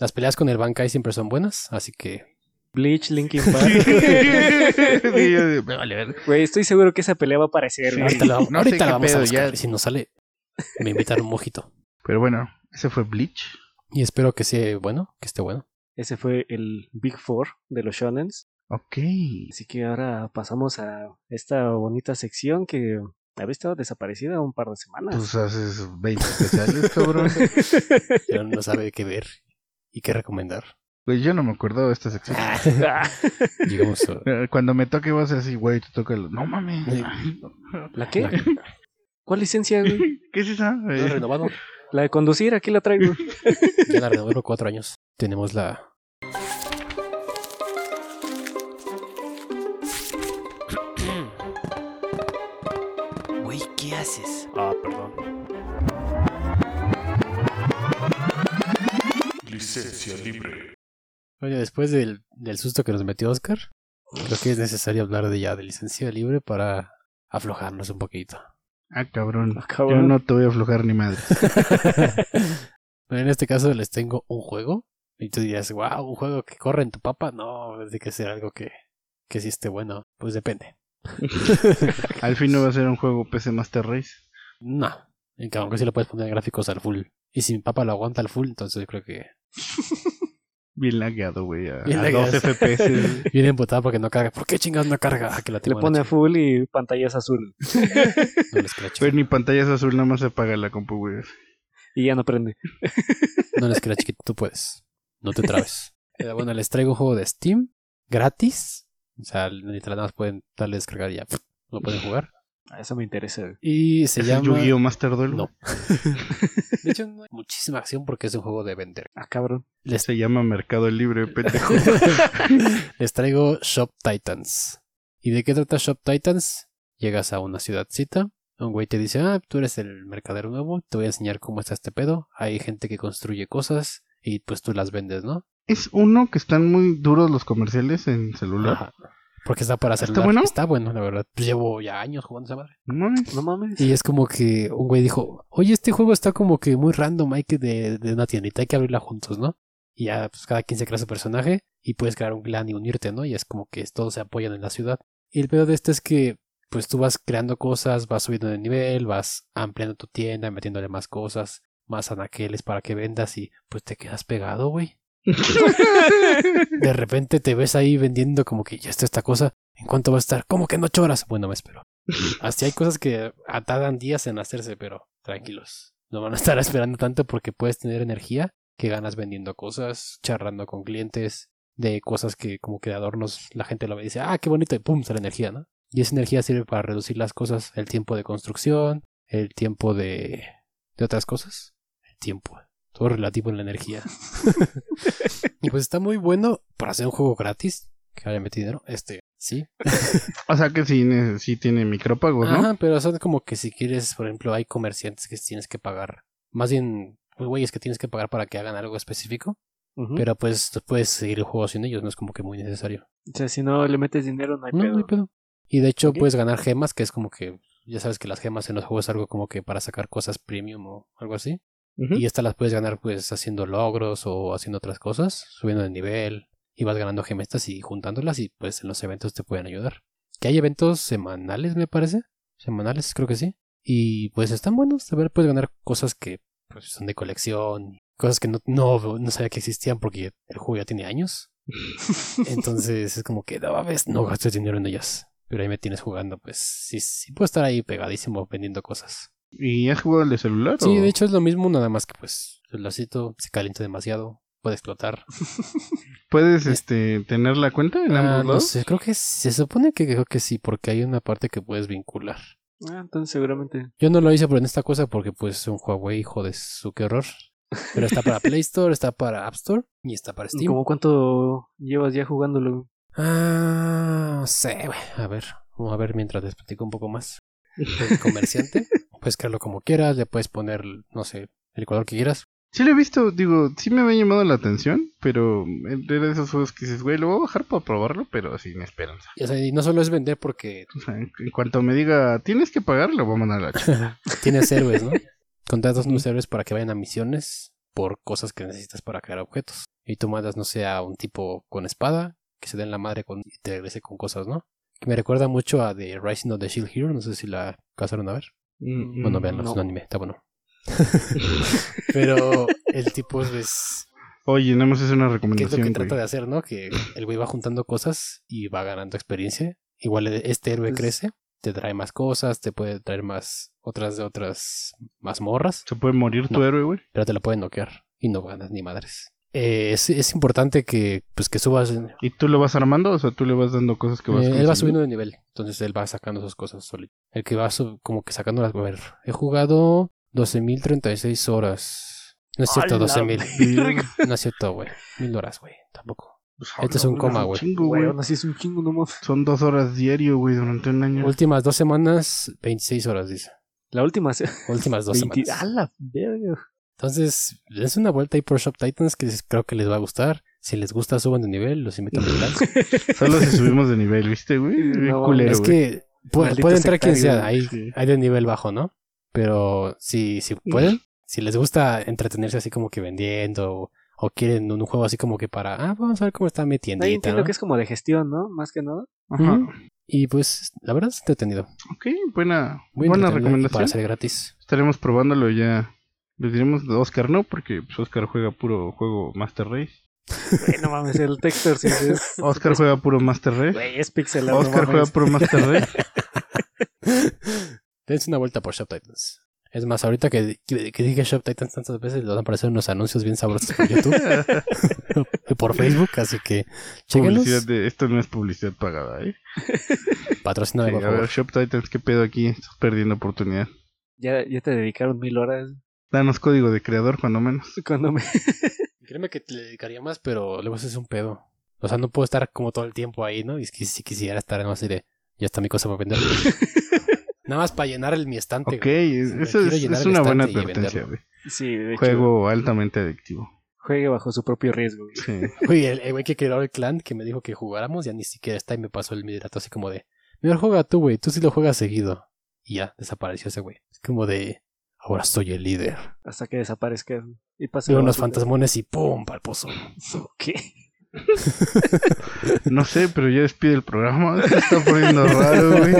D: Las peleas con el Bankai siempre son buenas, así que
H: Bleach, Linkin
G: Sí,
H: Park.
G: yo digo, "Me vale ver".
H: Güey, estoy seguro que esa pelea va a aparecer. güey.
D: ahorita la,
G: no
D: ahorita
G: sé
D: la
G: qué
D: vamos a
G: pedo,
D: buscar.
G: ya.
D: Si nos sale, me invitaron un mojito.
G: Pero bueno, ese fue Bleach.
D: Y espero que sea bueno, que esté bueno.
H: Ese fue el Big Four de los shonens.
G: Ok.
H: Así que ahora pasamos a esta bonita sección que había estado desaparecida un par de semanas.
G: Pues haces 20 especiales, cabrón.
D: Ya no sabe qué ver y qué recomendar.
G: Güey, Pues yo no me acuerdo de esta sección.
H: Ah,
D: Llegamos a...
G: Eh, Cuando me toque vas a decir, güey, te toca el... No mames.
H: ¿La qué? ¿Cuál licencia, güey?
G: ¿Qué es esa? Eh,
D: ¿No he renovado?
H: La de conducir, aquí la traigo.
D: Ya la renové por cuatro años. Tenemos la...
F: Güey, ¿qué haces? Ah, perdón.
C: Licencia libre.
D: Oye, después del, del susto que nos metió Oscar, creo que es necesario hablar de ya de licencia libre para aflojarnos un poquito.
G: Ah, cabrón.
H: Ah,
G: Yo
H: cabrón.
G: no te voy a aflojar ni madre.
D: Bueno, en este caso les tengo un juego. Y tú dirás, wow, un juego que corre en tu papa. No, tiene que ser algo que, que sí esté bueno. Pues depende.
G: Al fin no va a ser un juego PC Master Race.
D: No. En que aunque sí le puedes poner gráficos al full. Y si mi papa lo aguanta al full, entonces yo creo que
G: Bien lagueado, güey. A,
D: Bien
G: a
D: lagueado.
G: 12 FPS.
D: viene emputada porque no carga. ¿Por qué chingados no carga? Ah, que la
H: Le
D: tengo en
H: pone
D: la
H: a full y pantallas azul.
D: chi- No les creo,
G: Güey,
D: chiquito.
G: ni pantalla es azul, nada más se apaga la compu, güey.
H: Y ya no prende.
D: No les creo, chiquito. Tú puedes. No te trabes. Pero bueno, les traigo un juego de Steam gratis. O sea, literal nada más pueden darle a descargar y ya pff, lo pueden jugar.
H: Ah, Eso me interesa. güey.
D: Y se
G: ¿Es el
D: llama.
G: Yu-Gi-Oh! Master Duel?
D: No.
G: güey?
D: De hecho, no hay muchísima acción porque es un juego de vender.
H: Ah, cabrón.
D: Les
G: Se llama Mercado Libre, pendejo.
D: Les traigo Shop Titans. ¿Y de qué trata Shop Titans? Llegas a una ciudadcita, un güey te dice, ah, tú eres el mercader nuevo, te voy a enseñar cómo está este pedo. Hay gente que construye cosas y pues tú las vendes, ¿no?
G: es uno que están muy duros los comerciales en celular.
D: Ajá. Porque está para
G: ¿Está
D: celular.
G: bueno?
D: Está bueno, la verdad. Pues llevo ya años jugando esa madre.
G: No mames.
H: No mames.
D: Y es como que un güey dijo, oye, este juego está como que muy random, hay que de, de una tiendita, hay que abrirla juntos, ¿no? Y ya, pues cada quien se crea su personaje y puedes crear un clan y unirte, ¿no? Y es como que todos se apoyan en la ciudad. Y el pedo de este es que, pues tú vas creando cosas, vas subiendo de nivel, vas ampliando tu tienda, metiéndole más cosas, más anaqueles para que vendas y pues te quedas pegado, güey. De repente te ves ahí vendiendo como que ya está esta cosa. ¿En cuánto va a estar? ¿Cómo que no horas? Bueno, me espero. Así hay cosas que atadan días en hacerse, pero tranquilos. No van a estar esperando tanto porque puedes tener energía que ganas vendiendo cosas, charlando con clientes, de cosas que como que de adornos la gente lo ve y dice, ah, qué bonito, y pum, sale energía, ¿no? Y esa energía sirve para reducir las cosas, el tiempo de construcción, el tiempo de... de otras cosas. El tiempo. Todo relativo en la energía. y pues está muy bueno para hacer un juego gratis. Que ahora metí dinero. Este, sí,
G: O sea que sí, ne- sí tiene micropagos, ¿no?
D: Ajá, pero son como que si quieres, por ejemplo, hay comerciantes que tienes que pagar. Más bien, pues, güeyes que tienes que pagar para que hagan algo específico.
H: Ujú.
D: Pero pues tú puedes seguir el juego sin ellos, no es como que muy necesario.
H: O sea, si no le metes dinero, no hay
D: No,
H: pedo.
D: no hay pedo. Y de hecho
H: Ok.
D: puedes ganar gemas, que es como que, ya sabes que las gemas en los juegos es algo como que para sacar cosas premium o algo así.
G: Ujú.
D: Y estas las puedes ganar pues haciendo logros o haciendo otras cosas, subiendo de nivel y vas ganando gemistas y juntándolas y pues en los eventos te pueden ayudar. Que hay eventos semanales me parece, semanales creo que sí. Y pues están buenos, a ver, puedes ganar cosas que pues, son de colección, cosas que no, no, no sabía que existían porque el juego ya tiene años. Entonces es como que no mames, no gastes dinero en ellas. Pero ahí me tienes jugando, pues sí, sí puedo estar ahí pegadísimo vendiendo cosas.
G: ¿Y has jugado el de celular?
D: Sí,
G: o-
D: de hecho es lo mismo, nada más que pues el lacito se calienta demasiado, puede explotar.
G: ¿Puedes
D: es-
G: este, tener la cuenta en
D: Eh. Ah,
G: ambos
D: no
G: lados?
D: sé, creo que se supone que creo que sí, porque hay una parte que puedes vincular.
H: Ah, entonces seguramente.
D: Yo no lo hice por en esta cosa porque pues es un Huawei, hijo de su qué horror. Pero está para Play Store, está para App Store y está para
H: ¿Y
D: Steam.
H: ¿Cómo cuánto llevas ya jugándolo?
D: Ah, no sé, güey. A ver, vamos a ver mientras les platico un poco más. El comerciante, puedes crearlo como quieras, le puedes poner, no sé, el color que quieras.
G: Sí lo he visto, digo, sí me había llamado la atención, pero era de esos juegos que dices, güey, lo voy a bajar para probarlo, pero sin esperanza.
D: Y, o sea, y no solo es vender porque
G: O sea, en en cuanto me diga, tienes que pagar, lo voy a mandar a la ch-".
D: Tienes héroes, ¿no? Contratas unos héroes para que vayan a misiones por cosas que necesitas para crear objetos. Y tú mandas, no sé, a un tipo con espada, que se den la madre con, y te regrese con cosas, ¿no? Que me recuerda mucho a The Rising of the Shield Hero, no sé si la casaron a ver.
G: Mm,
D: Bueno,
G: mm,
D: veanlo, es
H: no.
D: un anime, está bueno. Pero el tipo es
G: Oye, nada más es
D: que
G: una
D: es lo que
G: recomendación, güey.
D: trata de hacer, ¿no? Que el güey va juntando cosas y va ganando experiencia. Igual este héroe
H: Pues-
D: crece, te trae más cosas, te puede traer más otras de otras mazmorras,
G: ¿Se puede morir tu
D: No.
G: héroe, güey?
D: pero te la pueden noquear y no ganas ni madres. Eh, es, es importante que pues que subas, eh,
G: ¿Y tú lo vas armando? O sea, tú le vas dando cosas que vas
D: él va
G: consiguiendo?
D: subiendo de nivel, entonces él va sacando sus cosas solito. El que va sub- como que sacando las, a ver, he jugado 12.036 horas. No es cierto,
H: ¡A la
D: 12.000. No es cierto, güey. Mil horas, güey. Tampoco.
G: Pues,
D: Este es un
G: joder,
D: coma, güey.
G: chingo,
H: Güey,
G: güey.
H: aún así es un chingo, no mames.
G: Son dos horas diario, güey, durante un año.
D: Últimas dos semanas, 26 horas, dice.
H: La última. se-
D: Últimas dos
H: 20 A
D: semanas.
H: la verga.
D: Entonces, es una vuelta ahí por Shop Titans que creo que les va a gustar. Si les gusta, suban de nivel, los invito a jugar.
G: Solo si subimos de nivel, ¿viste, güey? Bien
H: No,
G: culero,
D: Es
G: güey.
D: que pu-
H: Maldito
D: puede entrar quien
H: sectario,
D: sea, hay,
H: sí.
D: hay de nivel bajo, ¿no? Pero si, si pueden, si les gusta entretenerse así como que vendiendo o, o quieren un juego así como que para, ah, vamos a ver cómo está mi
H: Ahí
D: tiendita.
H: entiendo
D: ¿no?
H: que es como de gestión, ¿no? Más que nada.
G: Ajá.
D: Ujú. Y pues, la verdad es entretenido.
G: Ok, buena,
D: Muy
G: buena
D: entretenido Para
G: recomendación.
D: ser gratis.
G: Estaremos probándolo ya. Les diremos de Oscar, ¿no? Porque pues, Oscar juega puro juego Master Race.
H: Güey, no mames, el textor sí es.
G: Oscar juega puro Master Race.
H: Güey, es pixelado. no
G: Oscar juega
H: mames.
G: puro Master Race.
D: Dense una vuelta por Shop Titans. Es más, ahorita que, que, que dije Shop Titans tantas veces, les van a aparecer unos anuncios bien sabrosos por YouTube y por Facebook, así que chéquenlos.
G: Publicidad de- Esto no es publicidad pagada, ¿eh?
D: Patrocíname,
G: Sí,
D: por
G: a ver,
D: favor.
G: Shop Titans, ¿qué pedo aquí? Estás perdiendo oportunidad.
H: Ya, ya te dedicaron mil horas
G: Danos código de creador, cuando menos.
H: cuando me.
D: Créeme que te le dedicaría más, pero luego es un pedo. O sea, no puedo estar como todo el tiempo ahí, ¿no? Y es que si quisiera estar en una serie, ya está mi cosa para vender. Nada más para llenar el, mi estante.
G: Ok,
D: güey.
G: es-
D: me
G: eso
D: quiero
G: es,
D: llenar
G: es
D: el
G: una buena
D: estante y
G: advertencia,
D: venderlo.
G: güey.
H: Sí, de hecho.
G: Juego altamente adictivo.
H: Juegue bajo su propio riesgo. güey.
G: Sí.
D: Oye, el el güey que creó el clan que me dijo que jugáramos ya ni siquiera está y me pasó el liderato así como de, mejor juega tú, güey, tú sí lo juegas seguido. Y ya, desapareció ese güey. Es como de, ahora soy el líder.
H: Hasta que desaparezca. Y pasa.
D: Veo unos fantasmones y ¡pum! para el pozo.
H: ¿Qué?
G: No sé, pero ya despide el programa. Se está poniendo raro, güey.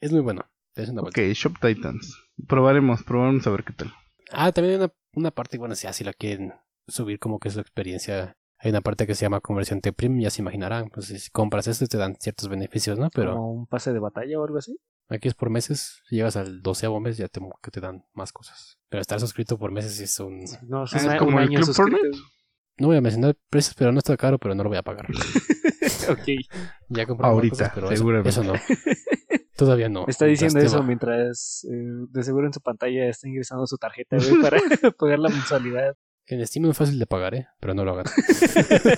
D: es muy bueno. Es una
G: Ok,
D: vuelta.
G: Shop Titans. Probaremos, probaremos a ver qué tal.
D: Ah, también hay una, una parte, bueno, si así la quieren subir como que es la experiencia. Hay una parte que se llama conversión de premium, ya se imaginarán. Pues si compras esto te dan ciertos beneficios, ¿no? Pero
H: ¿Como un pase de batalla o algo así?
D: Aquí es por meses. Si llegas al doceavo mes, ya te, que te dan más cosas. Pero estar suscrito por meses sí es un.
H: No,
G: Ah, ¿es como el Club
H: suscrito.
D: No voy a mencionar precios, pero no está caro, pero no lo voy a pagar.
H: Ok.
D: Ya compré
G: Ahorita,
D: cosas, pero eso-
G: seguramente.
D: Eso, no. Todavía no.
H: Me está diciendo
D: Mientras te
H: eso
D: va.
H: mientras eh, de seguro en su pantalla está ingresando su tarjeta güey, para pagar la mensualidad.
D: En Steam es fácil de pagar, ¿eh? Pero no lo hagan.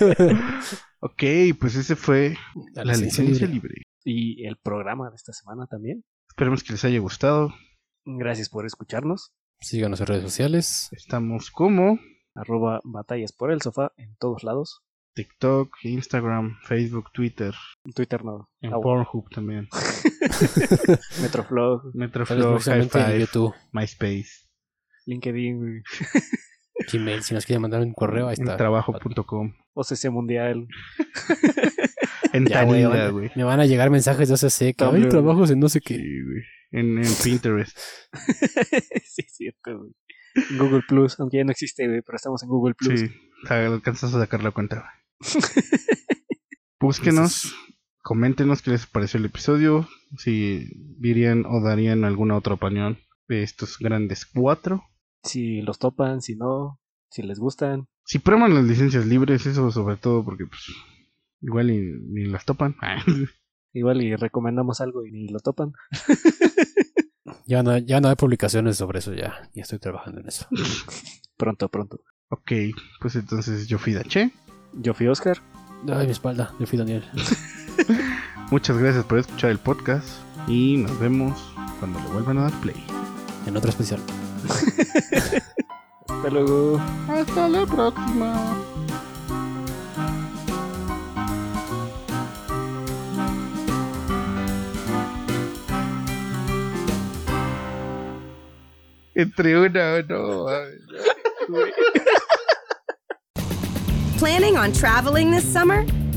G: Ok, pues ese fue
D: La
G: la
D: licencia
G: licencia
D: libre.
G: libre.
H: Y el programa de esta semana también.
G: Esperemos que les haya gustado.
H: Gracias por escucharnos.
D: Síganos en redes sociales.
G: Estamos como
H: Arroba batallas por el sofá en todos lados.
G: TikTok, Instagram, Facebook, Twitter,
H: En Twitter no.
G: en
H: Ah,
G: Pornhub también,
H: Metroflog,
D: Tal vez
G: Metroflog,
D: próximamente en
G: Hi5,
D: YouTube,
G: MySpace,
H: LinkedIn, güey,
D: Gmail. Si nos quieren mandar un correo, ahí está.
G: en trabajo.com,
H: OCC Mundial.
G: en
D: Ya, güey,
G: Tanida,
D: van-
G: güey.
D: Me van a llegar mensajes de OCC que
H: También.
D: hay trabajos en no sé qué.
G: Sí, güey. En, en Pinterest.
H: sí, es cierto, güey. Google Plus, aunque ya no existe, güey, pero estamos en Google Plus.
G: Sí, sa- alcanzas a sacar la cuenta. güey. Búsquenos, coméntenos qué les pareció el episodio, si dirían o darían alguna otra opinión de estos grandes cuatro.
H: Si los topan, si no, si les gustan.
G: Si prueban las licencias libres, eso sobre todo porque pues igual y- ni las topan.
H: Igual y recomendamos algo y ni lo topan.
D: Ya no, ya no hay publicaciones sobre eso, ya. Ya estoy trabajando en eso.
H: Pronto, pronto.
G: ok, pues entonces yo fui Dache.
H: Yo fui Oscar.
D: Ay, mi espalda. Yo fui Daniel.
G: Muchas gracias por escuchar el podcast y nos vemos cuando le vuelvan a dar play.
D: En otro especial.
H: Hasta luego.
G: Hasta la próxima. Entre una o no. a ver.
B: Planning on traveling this summer?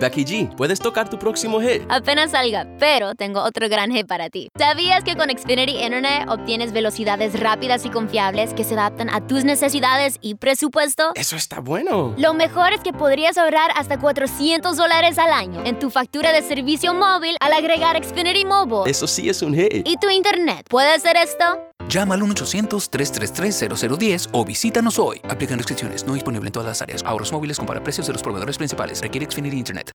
I: Becky G, ¿puedes tocar tu próximo hit?
J: Apenas salga, pero tengo otro gran hit para ti. ¿Sabías que con Xfinity Internet obtienes velocidades rápidas y confiables que se adaptan a tus necesidades y presupuesto?
I: Eso está bueno.
J: Lo mejor es que podrías ahorrar hasta 400 dólares al año en tu factura de servicio móvil al agregar Xfinity Mobile.
I: Eso sí es un hit.
J: ¿Y tu internet puede hacer esto?
K: Llama al 1-800-333-0010 o visítanos hoy. Aplican restricciones. No disponible en todas las áreas. Ahorros móviles compara precios de los proveedores principales. Requiere Xfinity Internet.